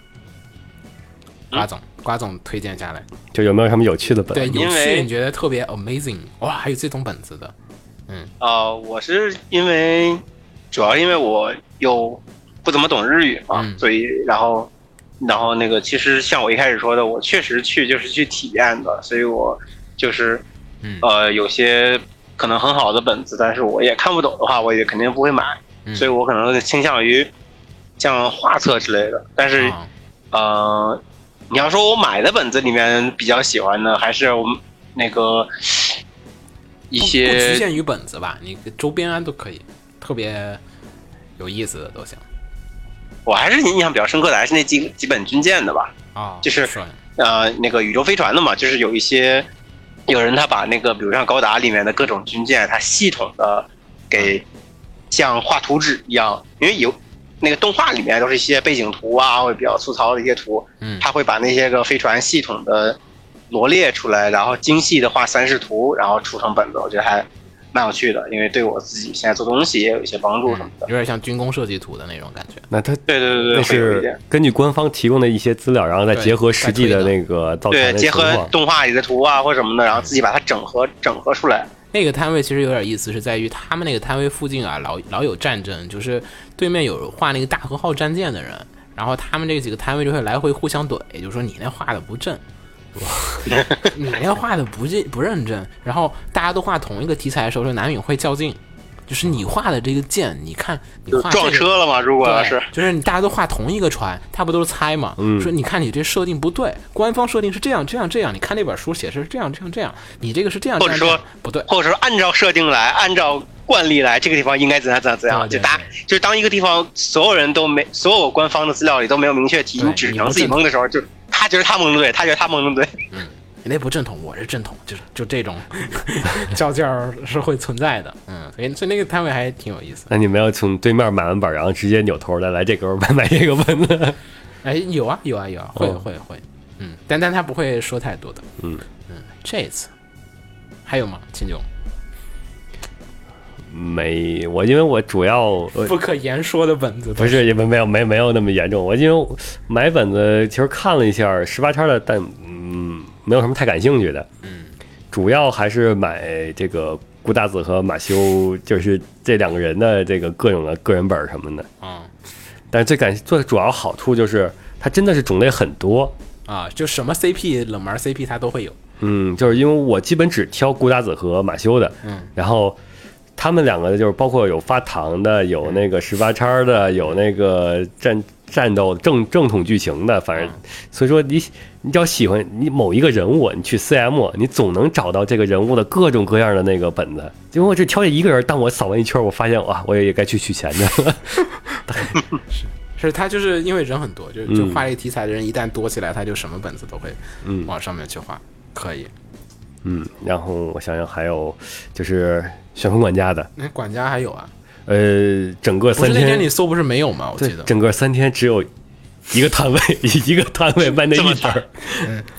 B: 瓜总，瓜总推荐下来，
C: 就有没有什么有趣的本？
B: 对，有
D: 因
B: 趣，
D: 为
B: 你觉得特别 amazing，哇，还有这种本子的，
D: 啊，我是因为主要因为我有不怎么懂日语嘛，
B: 嗯
D: 所以然后然后那个其实像我一开始说的，我确实去就是去体验的，所以我就是
B: 嗯
D: 呃有些可能很好的本子，但是我也看不懂的话，我也肯定不会买，
B: 嗯
D: 所以我可能倾向于像画册之类的，但是。
B: 啊
D: 呃，你要说我买的本子里面比较喜欢的，还是我们那个一
B: 不不局
D: 些
B: 限于本子吧，你周边啊都可以，特别有意思的都行
D: 我还是印象比较深刻的，还是那几几本军舰的吧。
B: 啊，
D: 就是
B: 帅
D: 呃，那个宇宙飞船的嘛，就是有一些有人他把那个，比如像高达里面的各种军舰，他系统的给像画图纸一样，因为有那个动画里面都是一些背景图啊，或者比较粗糙的一些图，
B: 嗯
D: 他会把那些个飞船系统的罗列出来，然后精细的画三视图，然后出成本子，我觉得还蛮有趣的，因为对我自己现在做东西也有一些帮助什么的
B: 嗯有。点像军工设计图的那种感觉。
C: 那它
D: 嗯对对对
C: 那
D: 对，会有一点
C: 是。根据官方提供的一些资料，然后再
B: 对
C: 结合实际的
B: 再推
C: 那个造
D: 对，
C: 船的
D: 结
C: 情
D: 合
C: 况，
D: 动画里的图啊或什么的，然后自己把它整合整合出来。
B: 那个摊位其实有点意思，是在于他们那个摊位附近啊，老老有战争，就是对面有画那个大和号战舰的人，然后他们这几个摊位就会来回互相怼，就说你那画的不正，你那画的不认不认真，然后大家都画同一个题材的时候，就难免会较劲，就是你画的这个舰，你看你
D: 就
B: 画这
D: 撞
B: 个
D: 车了嘛？如果要
B: 对，
D: 是
B: 就是你大家都画同一个船，他不都是猜嘛？
C: 嗯
B: 说你看你这设定不对，官方设定是这样这样这样，你看那本书写是这样这样这样，你这个是这样，
D: 或者
B: 这样
D: 说
B: 这样不对，
D: 或者说按照设定来，按照惯例来，这个地方应该怎样怎样怎样，
B: 对
D: 就
B: 对
D: 大就是当一个地方所有人都没所有官方的资料里都没有明确提，
B: 对
D: 你只
B: 你
D: 能
B: 不
D: 自己
B: 正
D: 蒙的时候，就他觉得他蒙的对，他觉得他蒙的对，
B: 你那不正统，我是正统，就是就这 种
E: 较劲儿
B: 是会存在的，嗯，所以所以那个摊位还挺有意思。
C: 那你们要从对面买完本，然后直接扭头的来这个 买买这个本子。
B: 哎，有啊有啊有啊，会
C: 哦
B: 会会，嗯，但但他不会说太多的，
C: 嗯
B: 嗯，这一次还有吗？秦总，
C: 没，我因为我主要呃
B: 不可言说的本子，
C: 不是也没没有没没有那么严重，我因为买本子其实看了一下十八叉的，但嗯没有什么太感兴趣的，嗯，主要还是买这个顾大子和马修，就是这两个人的这个各种的个人本儿什么的。
B: 啊、
C: 但是最感最主要好处就是它真的是种类很多，
B: 啊，就什么 CP 冷门 CP 他都会有，
C: 嗯，就是因为我基本只挑顾大子和马修的，
B: 嗯，
C: 然后他们两个就是包括有发糖的，有那个十八叉的，
B: 嗯
C: 有那个战战斗正正统剧情的，
B: 嗯
C: 反正所以说你你只要喜欢你某一个人物，你去 CM，你总能找到这个人物的各种各样的那个本子。因为我只挑这一个人，但我扫完一圈，我发现哇，我也该去取钱的了。
B: 是他就是因为人很多，就
C: 嗯
B: 就画这个题材的人一旦多起来，他就什么本子都会
C: 嗯
B: 往上面去画，可以。
C: 嗯，然后我想想还有就是旋风管家的，
B: 那管家还有啊，
C: 呃，整个
B: 不是
C: 三
B: 那
C: 天
B: 天你搜不是没有吗？我
C: 对
B: 记，得
C: 整个三天只有一个摊位， 一个摊位卖那
D: 这么
C: 一本儿，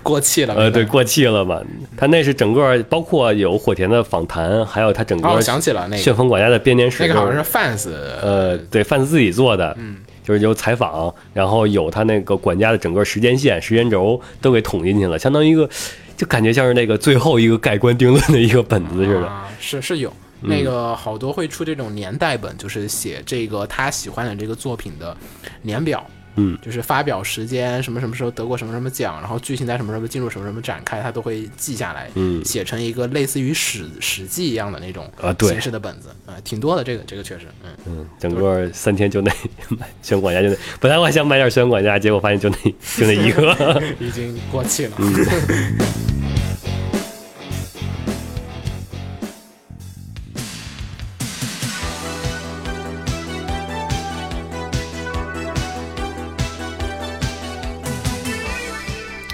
B: 过气了。
C: 呃，对，
B: 没办法
C: 过气了嘛。他那是整个包括有火田的访谈，还有他整
B: 哦，
C: 个
B: 我想起了那
C: 旋
B: 个，
C: 风管家的编年史，
B: 那个好
C: 就
B: 像
C: 是
B: 是 fans，
C: 呃，对，范自己做的，嗯，就是有采访，然后有他那个管家的整个时间线、时间轴都给统进去了，相当于一个，就感觉像是那个最后一个盖棺定论的一个本子似的。
B: 啊，是是有。
C: 嗯
B: 那个好多会出这种年代本，就是写这个他喜欢的这个作品的年表，
C: 嗯，
B: 就是发表时间什么什么时候得过什么什么奖，然后剧情在什么什么进入什么什么展开，他都会记下来，
C: 嗯
B: 写成一个类似于史史记一样的那种
C: 啊对
B: 形式的本子，啊，挺多的，这个这个确实，嗯，
C: 嗯，整个三天就那 旋风管家就那，本来我还想买点旋风管家，结果发现就那就那一个。
B: 已经过气 了。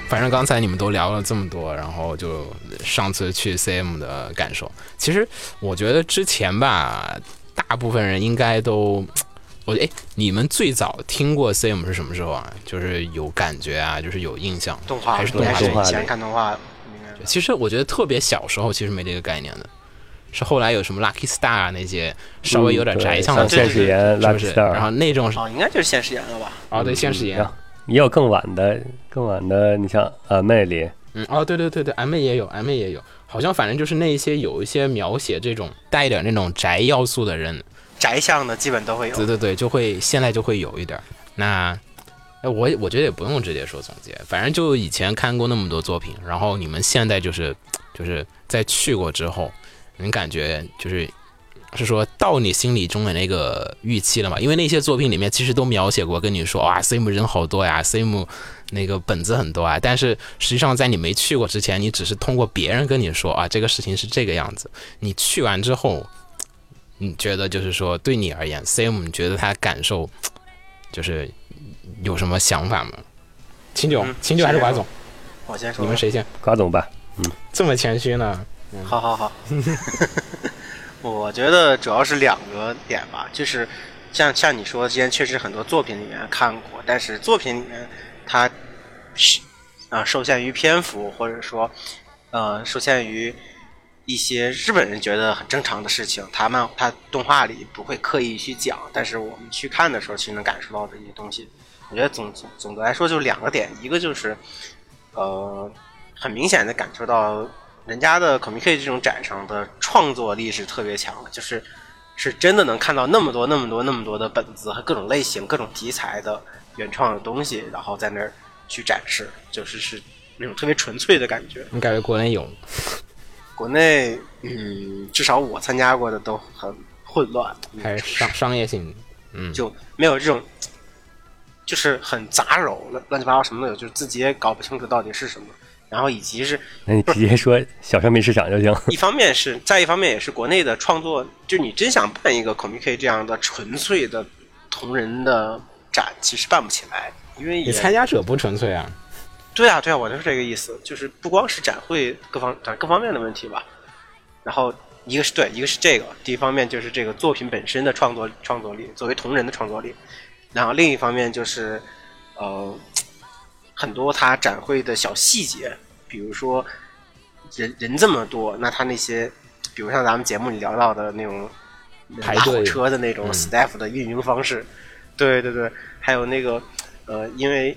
B: 反正刚才你们都聊了这么多，然后就上次去 CM 的感受。其实我觉得之前吧，大部分人应该都，我哎，你们最早听过 CM 是什么时候啊？就是有感觉啊，就是有印象。
E: 动画
B: 还是
E: 应该是
C: 动画
E: 以
C: 的
E: 前看动画，应该
B: 其实我觉得特别小时候其实没这个概念的，是后来有什么 Lucky Star 啊那些稍微有点宅向的
C: 嗯像
B: 东西，
C: 现实言
B: 是不
C: Lucky
B: 是？
C: Star，嗯
B: 然后那种
D: 哦，应该就是现实演了吧？
B: 哦对，现实言
C: 然，后也有更晚的，更晚的，你像啊，魅力，
B: 嗯，哦，对对对对，M 也有，M 也有，好像反正就是那一些有一些描写这种带一点那种宅要素的人，
D: 宅向的基本都会有
B: 对。对对，就会现在就会有一点儿。那，哎，我也我觉得也不用直接说总结，反正就以前看过那么多作品，然后你们现在就是就是在去过之后，你感觉就是是说到你心里中的那个预期了嘛？因为那些作品里面其实都描写过，跟你说哇，CM 人好多呀，CM 那个本子很多啊，但是实际上在你没去过之前，你只是通过别人跟你说啊，这个事情是这个样子，你去完之后。你觉得就是说，对你而言，Sam 你觉得他感受就是有什么想法吗？秦九
D: 嗯，
B: 秦九还是
D: 秦九
B: 瓜总，
D: 我先说
B: 你
D: 吧，
B: 们谁先？
C: 瓜总吧，
B: 这么谦虚呢？
D: 好好好，我觉得主要是两个点吧，就是像像你说，之前确实很多作品里面看过，但是作品里面它是啊受限于篇幅，或者说呃受限于一些日本人觉得很正常的事情，他漫他动画里不会刻意去讲，但是我们去看的时候，其实能感受到的一些东西。我觉得总总总的来说就是两个点，一个就是呃很明显的感受到人家的 c o m i c 这种展上的创作力是特别强的，就是是真的能看到那么多、那么多、那么多的本子和各种类型、各种题材的原创的东西，然后在那儿去展示，就是是那种特别纯粹的感觉。
B: 你感觉国内有？
D: 国内，嗯，至少我参加过的都很混乱，
B: 还是商商业性？嗯，
D: 就没有这种，就是很杂糅，乱乱七八糟什么都有，就是自己也搞不清楚到底是什么。然后以及是
C: 那你直接说小商品市场就行。
D: 一方面是，再一方面也是国内的创作，就你真想办一个 c o m i c 这样的纯粹的同人的展，其实办不起来，因为
B: 你
D: 也
B: 参加者不纯粹啊。
D: 对啊，对啊，我就是这个意思，就是不光是展会各方展各方面的问题吧。然后一个是对，一个是这个，第一方面就是这个作品本身的创作创作力，作为同人的创作力。然后另一方面就是，呃，很多他展会的小细节，比如说人人这么多，那他那些，比如像咱们节目里聊到的那种
B: 排
D: 拉
B: 队
D: 火车的那种
B: 嗯
D: staff 的运营方式，对对对，还有那个呃，因为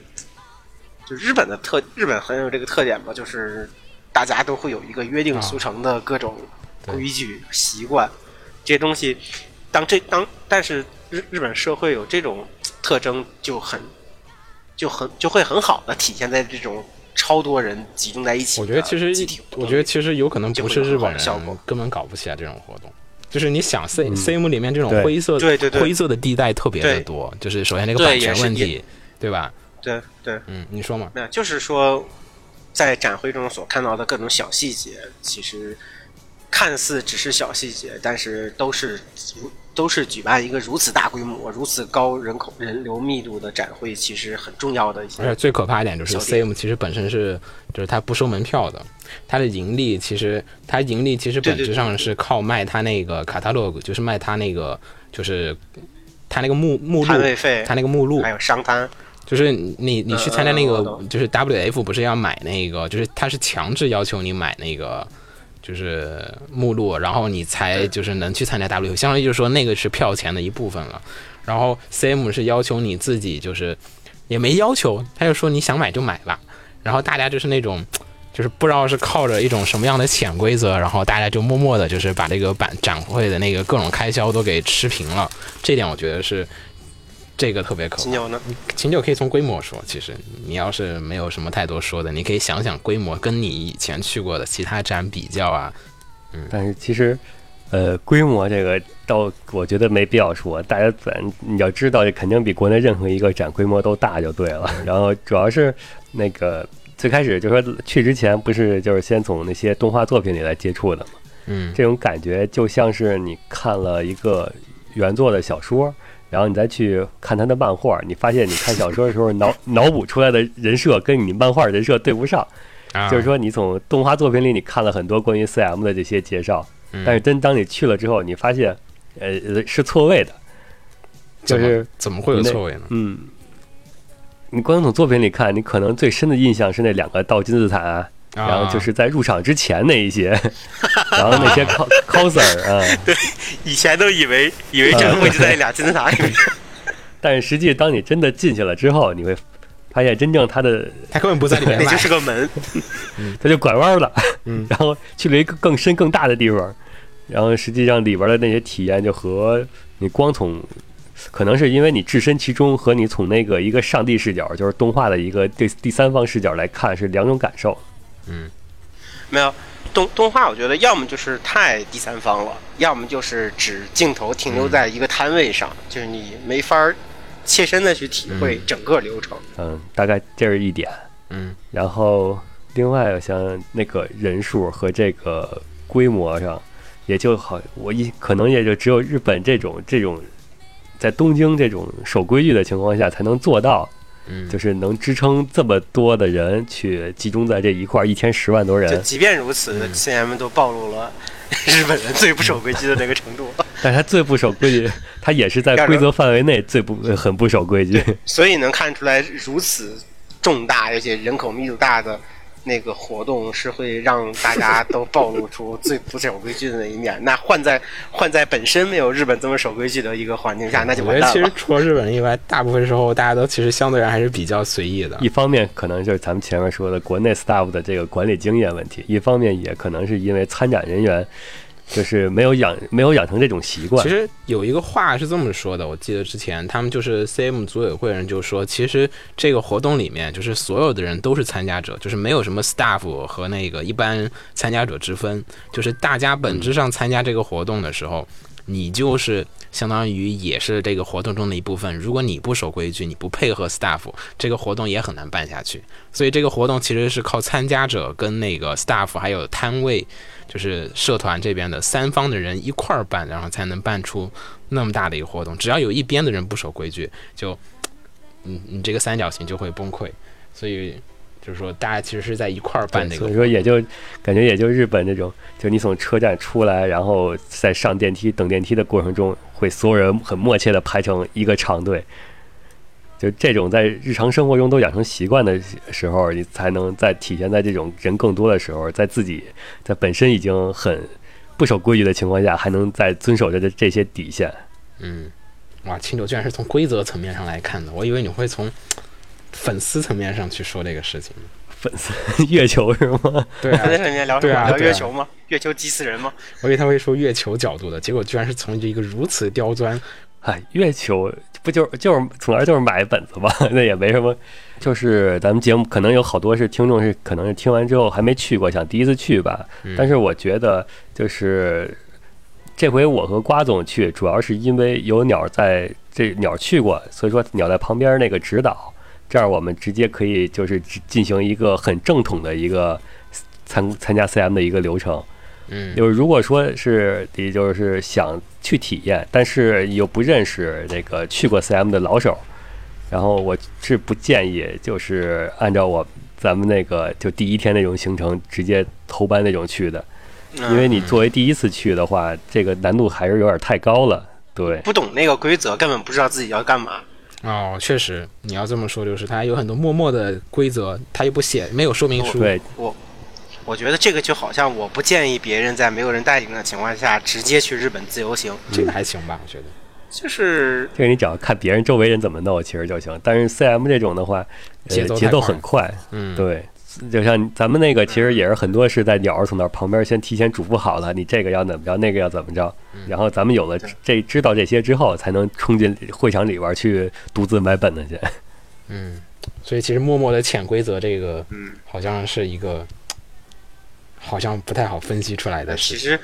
D: 就日本的特日本很有这个特点吧，就是大家都会有一个约定俗成的各种
B: 对
D: 规矩、习惯，这些东西，当这当但是日日本社会有这种特征就很就很就会很好的体现在这种超多人集中在一起
B: 我
D: 的
B: 觉得其实
D: 集体，活动
B: 我觉得其实有可能不是日本
D: 就会有好效
B: 人
D: 果，
B: 根本搞不起来这种活动。就是你想 C C M 里面这种
C: 对
B: 灰色
D: 对对对
B: 灰色的地带特别的
D: 对
B: 多，就是首先这个
D: 对
B: 版权
D: 也是
B: 问
D: 也
B: 题，对吧？
D: 对对，
B: 嗯，你说嘛？
D: 那就是说，在展会中所看到的各种小细节，其实看似只是小细节，但是都是如都是举办一个如此大规模、如此高人口人流密度的展会，其实很重要的一
B: 而且
D: 些。
B: 最可怕一点就是
D: 小弟
B: CM 其实本身是，就是它不收门票的，它的盈利其实它盈利其实本质上是靠卖它那个 catalog，就是卖它那个就是它那个目目录
D: 摊，位费，
B: 它那个目录
D: 还，有商摊，
B: 就是你你去参加那
D: 嗯嗯嗯我
B: 个
D: 懂
B: 就是 WF 不是要买那个，就是它是强制要求你买那个。就是目录，然后你才就是能去参加 W，相当于就是说那个是票钱的一部分了。然后 CM 是要求你自己就是也没要求，他就说你想买就买吧。然后大家就是那种就是不知道是靠着一种什么样的潜规则，然后大家就默默的就是把这个版展会的那个各种开销都给吃平了。这点我觉得是这个特别可怕
D: 秦。牛呢？
B: 秦九可以从规模说，其实你要是没有什么太多说的，你可以想想规模跟你以前去过的其他展比较啊，
C: 但是其实，呃，规模这个倒我觉得没必要说，大家咱你要知道，这肯定比国内任何一个展规模都大就对了。
B: 嗯
C: 然后主要是那个最开始就说去之前不是就是先从那些动画作品里来接触的嘛，
B: 嗯，
C: 这种感觉就像是你看了一个原作的小说。然后你再去看他的漫画，你发现你看小说的时候脑 脑补出来的人设跟你漫画人设对不上，
B: 啊
C: 就是，说你从动画作品里你看了很多关于 CM 的这些介绍，
B: 嗯
C: 但是真当你去了之后，你发现，呃，呃是错位的，就
B: 怎么
C: 是
B: 怎么会有
C: 那
B: 错位呢？
C: 嗯，你光从作品里看，你可能最深的印象是那两个倒金字塔、
B: 啊
C: 然后就是在入场之前那一些， 然后那些 cos- coser 啊、
D: 以前都以为以为展会就在俩金字塔里面，
C: 但是实际当你真的进去了之后，你会发现真正它的
B: 他根本不在里面
D: 那
B: 买
D: 就，是个门。
C: 他就拐弯了，
E: 嗯
C: 然后去了一个更深更大的地方，然后实际上里边的那些体验就和你光从，可能是因为你置身其中和你从那个一个上帝视角，就是动画的一个第第三方视角来看是两种感受。
D: 没有动动画，我觉得要么就是太第三方了，要么就是只镜头
B: 嗯
D: 停留在一个摊位上，就是你没法儿切身的去体会整个流程。
C: 嗯，大概这是一点。
B: 嗯，
C: 然后另外我想那个人数和这个规模上，也就好，我一可能也就只有日本这种这种，在东京这种守规矩的情况下才能做到。
B: 嗯
C: 就是能支撑这么多的人去集中在这一块儿，一天十万多
D: 就
C: 人，
D: 即便
B: 嗯
D: 如此，CM 都暴露了 日本人最不守规矩的那个程度。
C: 但是他最不守规 矩，他也是在
D: 干什
B: 嗯
D: 么
C: 规则范围内最不呃很不守规矩。
D: 所以能看出来，如此重大而且人口密度大的那个活动，是会让大家都暴露出最不守规矩的一面。那换在换在本身没有日本这么守规矩的一个环境下，那就
B: 我
D: 完
B: 觉得
D: 蛋
B: 其
D: 了
B: 实。除了日本以外，大部分时候大家都其实相对而言还是比较随意的。
C: 一方面可能就是咱们前面说的国内 staff 的这个管理经验问题，一方面也可能是因为参展人员就是没有养没有养成这种习惯
B: 其。实有一个话是这么说的，我记得之前他们就是 CM 组委会人就说，其实这个活动里面就是所有的人都是参加者，就是没有什么 staff 和那个一般参加者之分，就是大家本质上参加这个活动的时候，你就是相当于也是这个活动中的一部分。如果你不守规矩，你不配合 staff，这个活动也很难办下去。所以这个活动其实是靠参加者跟那个 staff 还有摊位，就是社团这边的三方的人一块儿办，然后才能办出那么大的一个活动。只要有一边的人不守规矩，就，嗯，你这个三角形就会崩溃。所以就是说，大家其实是在一块儿办
C: 对
B: 这个
C: 所以。说也就感觉也就日本这种，就你从车站出来，然后在上电梯等电梯的过程中，会所有人很默契的排成一个长队。就这种在日常生活中都养成习惯的时候，你才能在体现在这种人更多的时候，在自己在本身已经很不守规矩的情况下，还能在遵守着这这些底线。
B: 嗯，哇，清酒居然是从规则层面上来看的，我以为你会从粉丝层面上去说这个事情。
C: 粉丝月球是吗？
B: 对
D: 他在上面聊什
B: 对
D: 么？
B: 啊
D: 聊
B: 对啊
D: 月球吗？月球急死人吗？
B: 我以为他会说月球角度的，结果居然是从一个如此刁钻。
C: 哎，月球不就就是从而就是买本子吧？ 那也没什么，就是咱们节目可能有好多是听众是可能是听完之后还没去过，想第一次去吧。但是我觉得就是这回我和瓜总去，主要是因为有鸟在这鸟去过，所以说鸟在旁边那个指导，这样我们直接可以就是只进行一个很正统的一个参参加 CM 的一个流程。
B: 嗯
C: 就是如果说是你就是想去体验，但是又不认识那个去过 CM 的老手，然后我是不建议就是按照我咱们那个就第一天那种行程直接头班那种去的，
D: 嗯
C: 因为你作为第一次去的话，这个难度还是有点太高了。对，
D: 不懂那个规则，根本不知道自己要干嘛。
B: 哦，确实，你要这么说，就是他有很多默默的规则，他又不写，没有说明书。
C: 对，
D: 我觉得这个就好像我不建议别人在没有人带领的情况下直接去日本自由行，
B: 这个还行吧，我觉得。
D: 就是
C: 这个你只要看别人周围人怎么弄，其实就行。但是 CM 这种的话，呃
B: 节奏太
C: 节奏
B: 快
C: 很快，
B: 嗯，
C: 对，就像咱们那个，其实也是很多是在鸟儿从那儿旁边先提前嘱咐好了，你这个要怎么着，那个要怎么着，然后咱们有了
D: 对
C: 这知道这些之后，才能冲进会场里边去独自买本子去。
B: 嗯，所以其实默默的潜规则这个
D: 嗯，
B: 好像是一个，好像不太好分析出来的事
D: 其
B: 情。
D: 实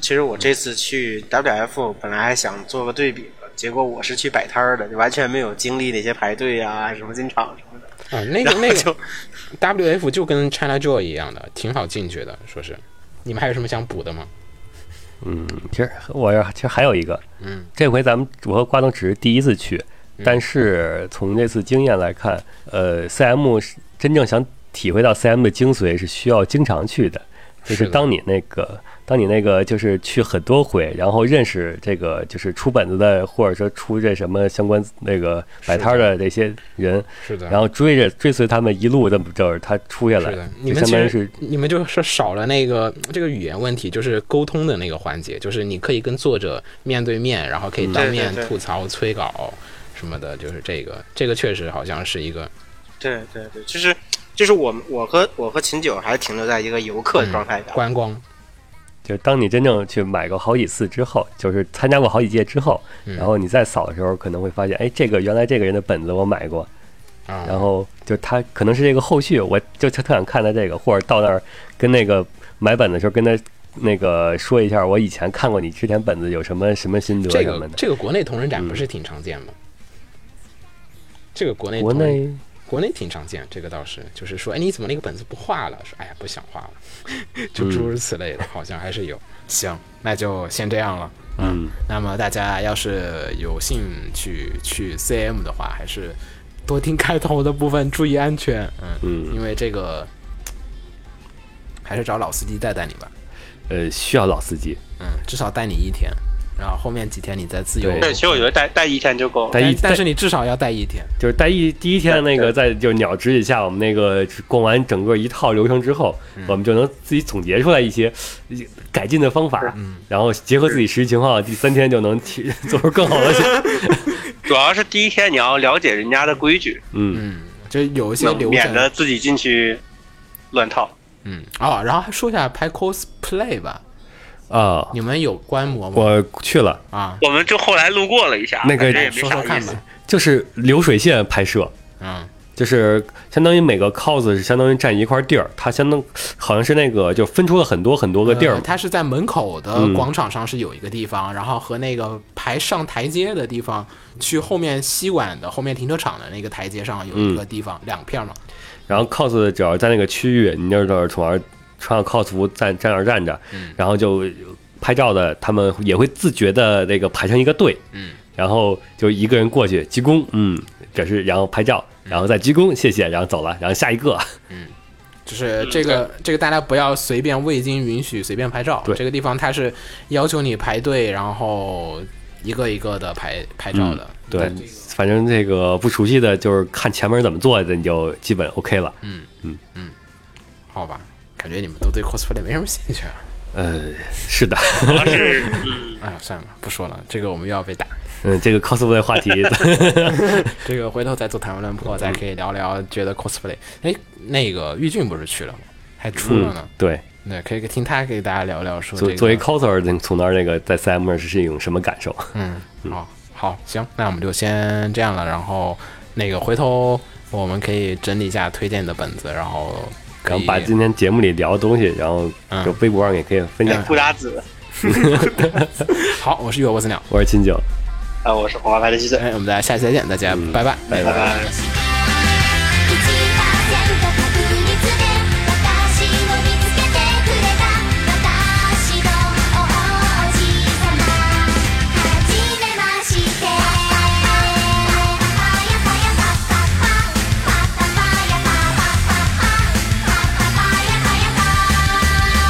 D: 其实我这次去 WF 本来还想做个对比的，结果我是去摆摊儿的，完全没有经历那些排队啊、什么进场什么的。
B: 啊，那
D: 然
B: 个
D: 后
B: 那个
D: 就
B: WF 就跟 China Joy 一样的，挺好进去的，说是。你们还有什么想补的吗？
C: 嗯，其实我要，其实还有一个，
B: 嗯，
C: 这回咱们我和瓜总只是第一次去，但是从这次经验来看，呃，CM 是真正想体会到 CM 的精髓是需要经常去的，就是是
B: 的
C: 当你那个。当你那个就是去很多回，然后认识这个就是出本子的，或者说出这什么相关那个摆摊儿的这些人，
B: 是的，
C: 然后追着追随他们一路这么就是他出下来
B: 是的，，你
C: 就
B: 们
C: 相
B: 其
C: 当于
B: 实
C: 是
B: 你们就是少了那个这个语言问题，就是沟通的那个环节，就是你可以跟作者面对面，然后可以
C: 嗯
B: 当
D: 对对
B: 面
D: 对
B: 吐槽、催稿什么的，就是这个，这个确实好像是一个，
D: 对对对，就是就是我们我和我和秦九还停留在一个游客的状态下。
B: 观光，
C: 就是当你真正去买过好几次之后，就是参加过好几届之后，
B: 嗯
C: 然后你再扫的时候，可能会发现，哎，这个原来这个人的本子我买过，
B: 啊，
C: 然后就他可能是这个后续，我就特特想看他这个，或者到那儿跟那个买本的时候跟他那个说一下，我以前看过你之前本子有什么什么心得
B: 这
C: 什么
B: 个
C: 的。
B: 这个国内同人展不是挺常见吗？这个国内
C: 国
B: 同人
C: 内
B: 国内挺常见，这个倒是，就是说，哎，你怎么那个本子不画了？说，哎呀，不想画了， 就诸如此类的，好像还是有。嗯 行，那就先这样了。嗯，那么大家要是有兴趣去 CM 的话，还是多听开头的部分，注意安全。嗯，因为这个还是找老司机带带你吧。
C: 呃需要老司机，
B: 嗯，至少带你一天。然后后面几天你再自由。
C: 对
D: 对，其实我觉得待待一天就够了。
C: 待一
B: 但但
C: 待
B: 是你至少要待一天。
C: 就是在一第一天那个在就是鸟指引下，我们那个逛完整个一套流程之后，
D: 嗯
C: 我们就能自己总结出来一些一改进的方法，
D: 嗯
C: 然后结合自己实际情况，第三天就能提 做出更好的选。
D: 主要是第一天你要了解人家的规矩，
B: 嗯，
C: 嗯，
B: 就有一些
D: 能
B: 流
D: 免得
B: 程。
D: 自己进去乱套。
B: 嗯，哦，然后还说一下拍 cosplay 吧，
D: 嗯
C: 啊，
B: 你们有观摩吗？
C: 我去了，
B: 啊，
D: 我们就后来路过了一下，
C: 那个
D: 啊感觉也没
B: 说说
D: 啥意
B: 看
D: 思。
B: 吧。
C: 就是流水线拍摄，
B: 嗯
C: 就是相当于每个 cos 是相当于占一块地儿，它相当好像是那个就分出了很多很多个地儿
B: 呃
C: 嘛，
B: 它是在门口的
C: 嗯
B: 广场上是有一个地方，然后和那个排上台阶的地方，去后面西馆的后面停车场的那个台阶上有
C: 嗯
B: 一个地方，两片嘛。
C: 然后 cos 只要在那个区域，你就是从那儿穿上 cos 服站站那儿站着，
B: 嗯
C: 然后就拍照的他们也会自觉的那个排成一个队，
B: 嗯，
C: 然后就一个人过去鞠躬，嗯，表示然后拍照，
B: 嗯
C: 然后再鞠躬，谢谢，然后走了，然后下一个，
D: 嗯
B: 就是这个，这个大家不要随便未经允许随便拍照。
C: 对
B: 这个地方它是要求你排队，然后一个一个的排拍
C: 嗯
B: 照的。
C: 对，反正这个不熟悉的就是看前面怎么做的，你就基本 OK 了，
B: 嗯好吧，感觉你们都对 cosplay 没什么兴趣啊。
C: 呃，是的，
D: 主要是嗯，
B: 哎呀，算了吧，不说了，这个我们又要被打。
C: 嗯，这个 cosplay 话题，
B: 嗯这个回头再做谈论破，再可以聊聊觉得 cosplay。哎，那个玉俊不是去了吗？还出了呢
C: 嗯。，对，
B: 对，可以听他给大家聊聊说这
C: 作
B: 个。
C: 作为 coser，从那儿那个在 CM 那儿是一种什么感受？
B: 嗯，好，好，行，那我们就先这样了。然后那个回头我们可以整理一下推荐的本子，然后可
C: 然后
B: 以
C: 把今天节目里聊的东西，然后
B: 嗯
C: 就微博上也可以分享。
D: 布达子
B: 好，我是月窝子鸟，
C: 我是秦九，
D: 啊，我是红花派的记者。
B: 哎，我们大家下期再见，大家拜拜。
C: 哎拜拜。
F: 1%確率で私を見つけてくれた私のおじさまはじめましてパやパやパパパパパやパパパパパパパやパや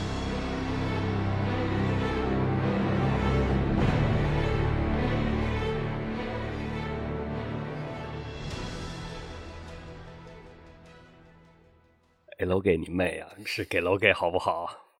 C: 哎给楼给你妹啊！是给楼给好不好？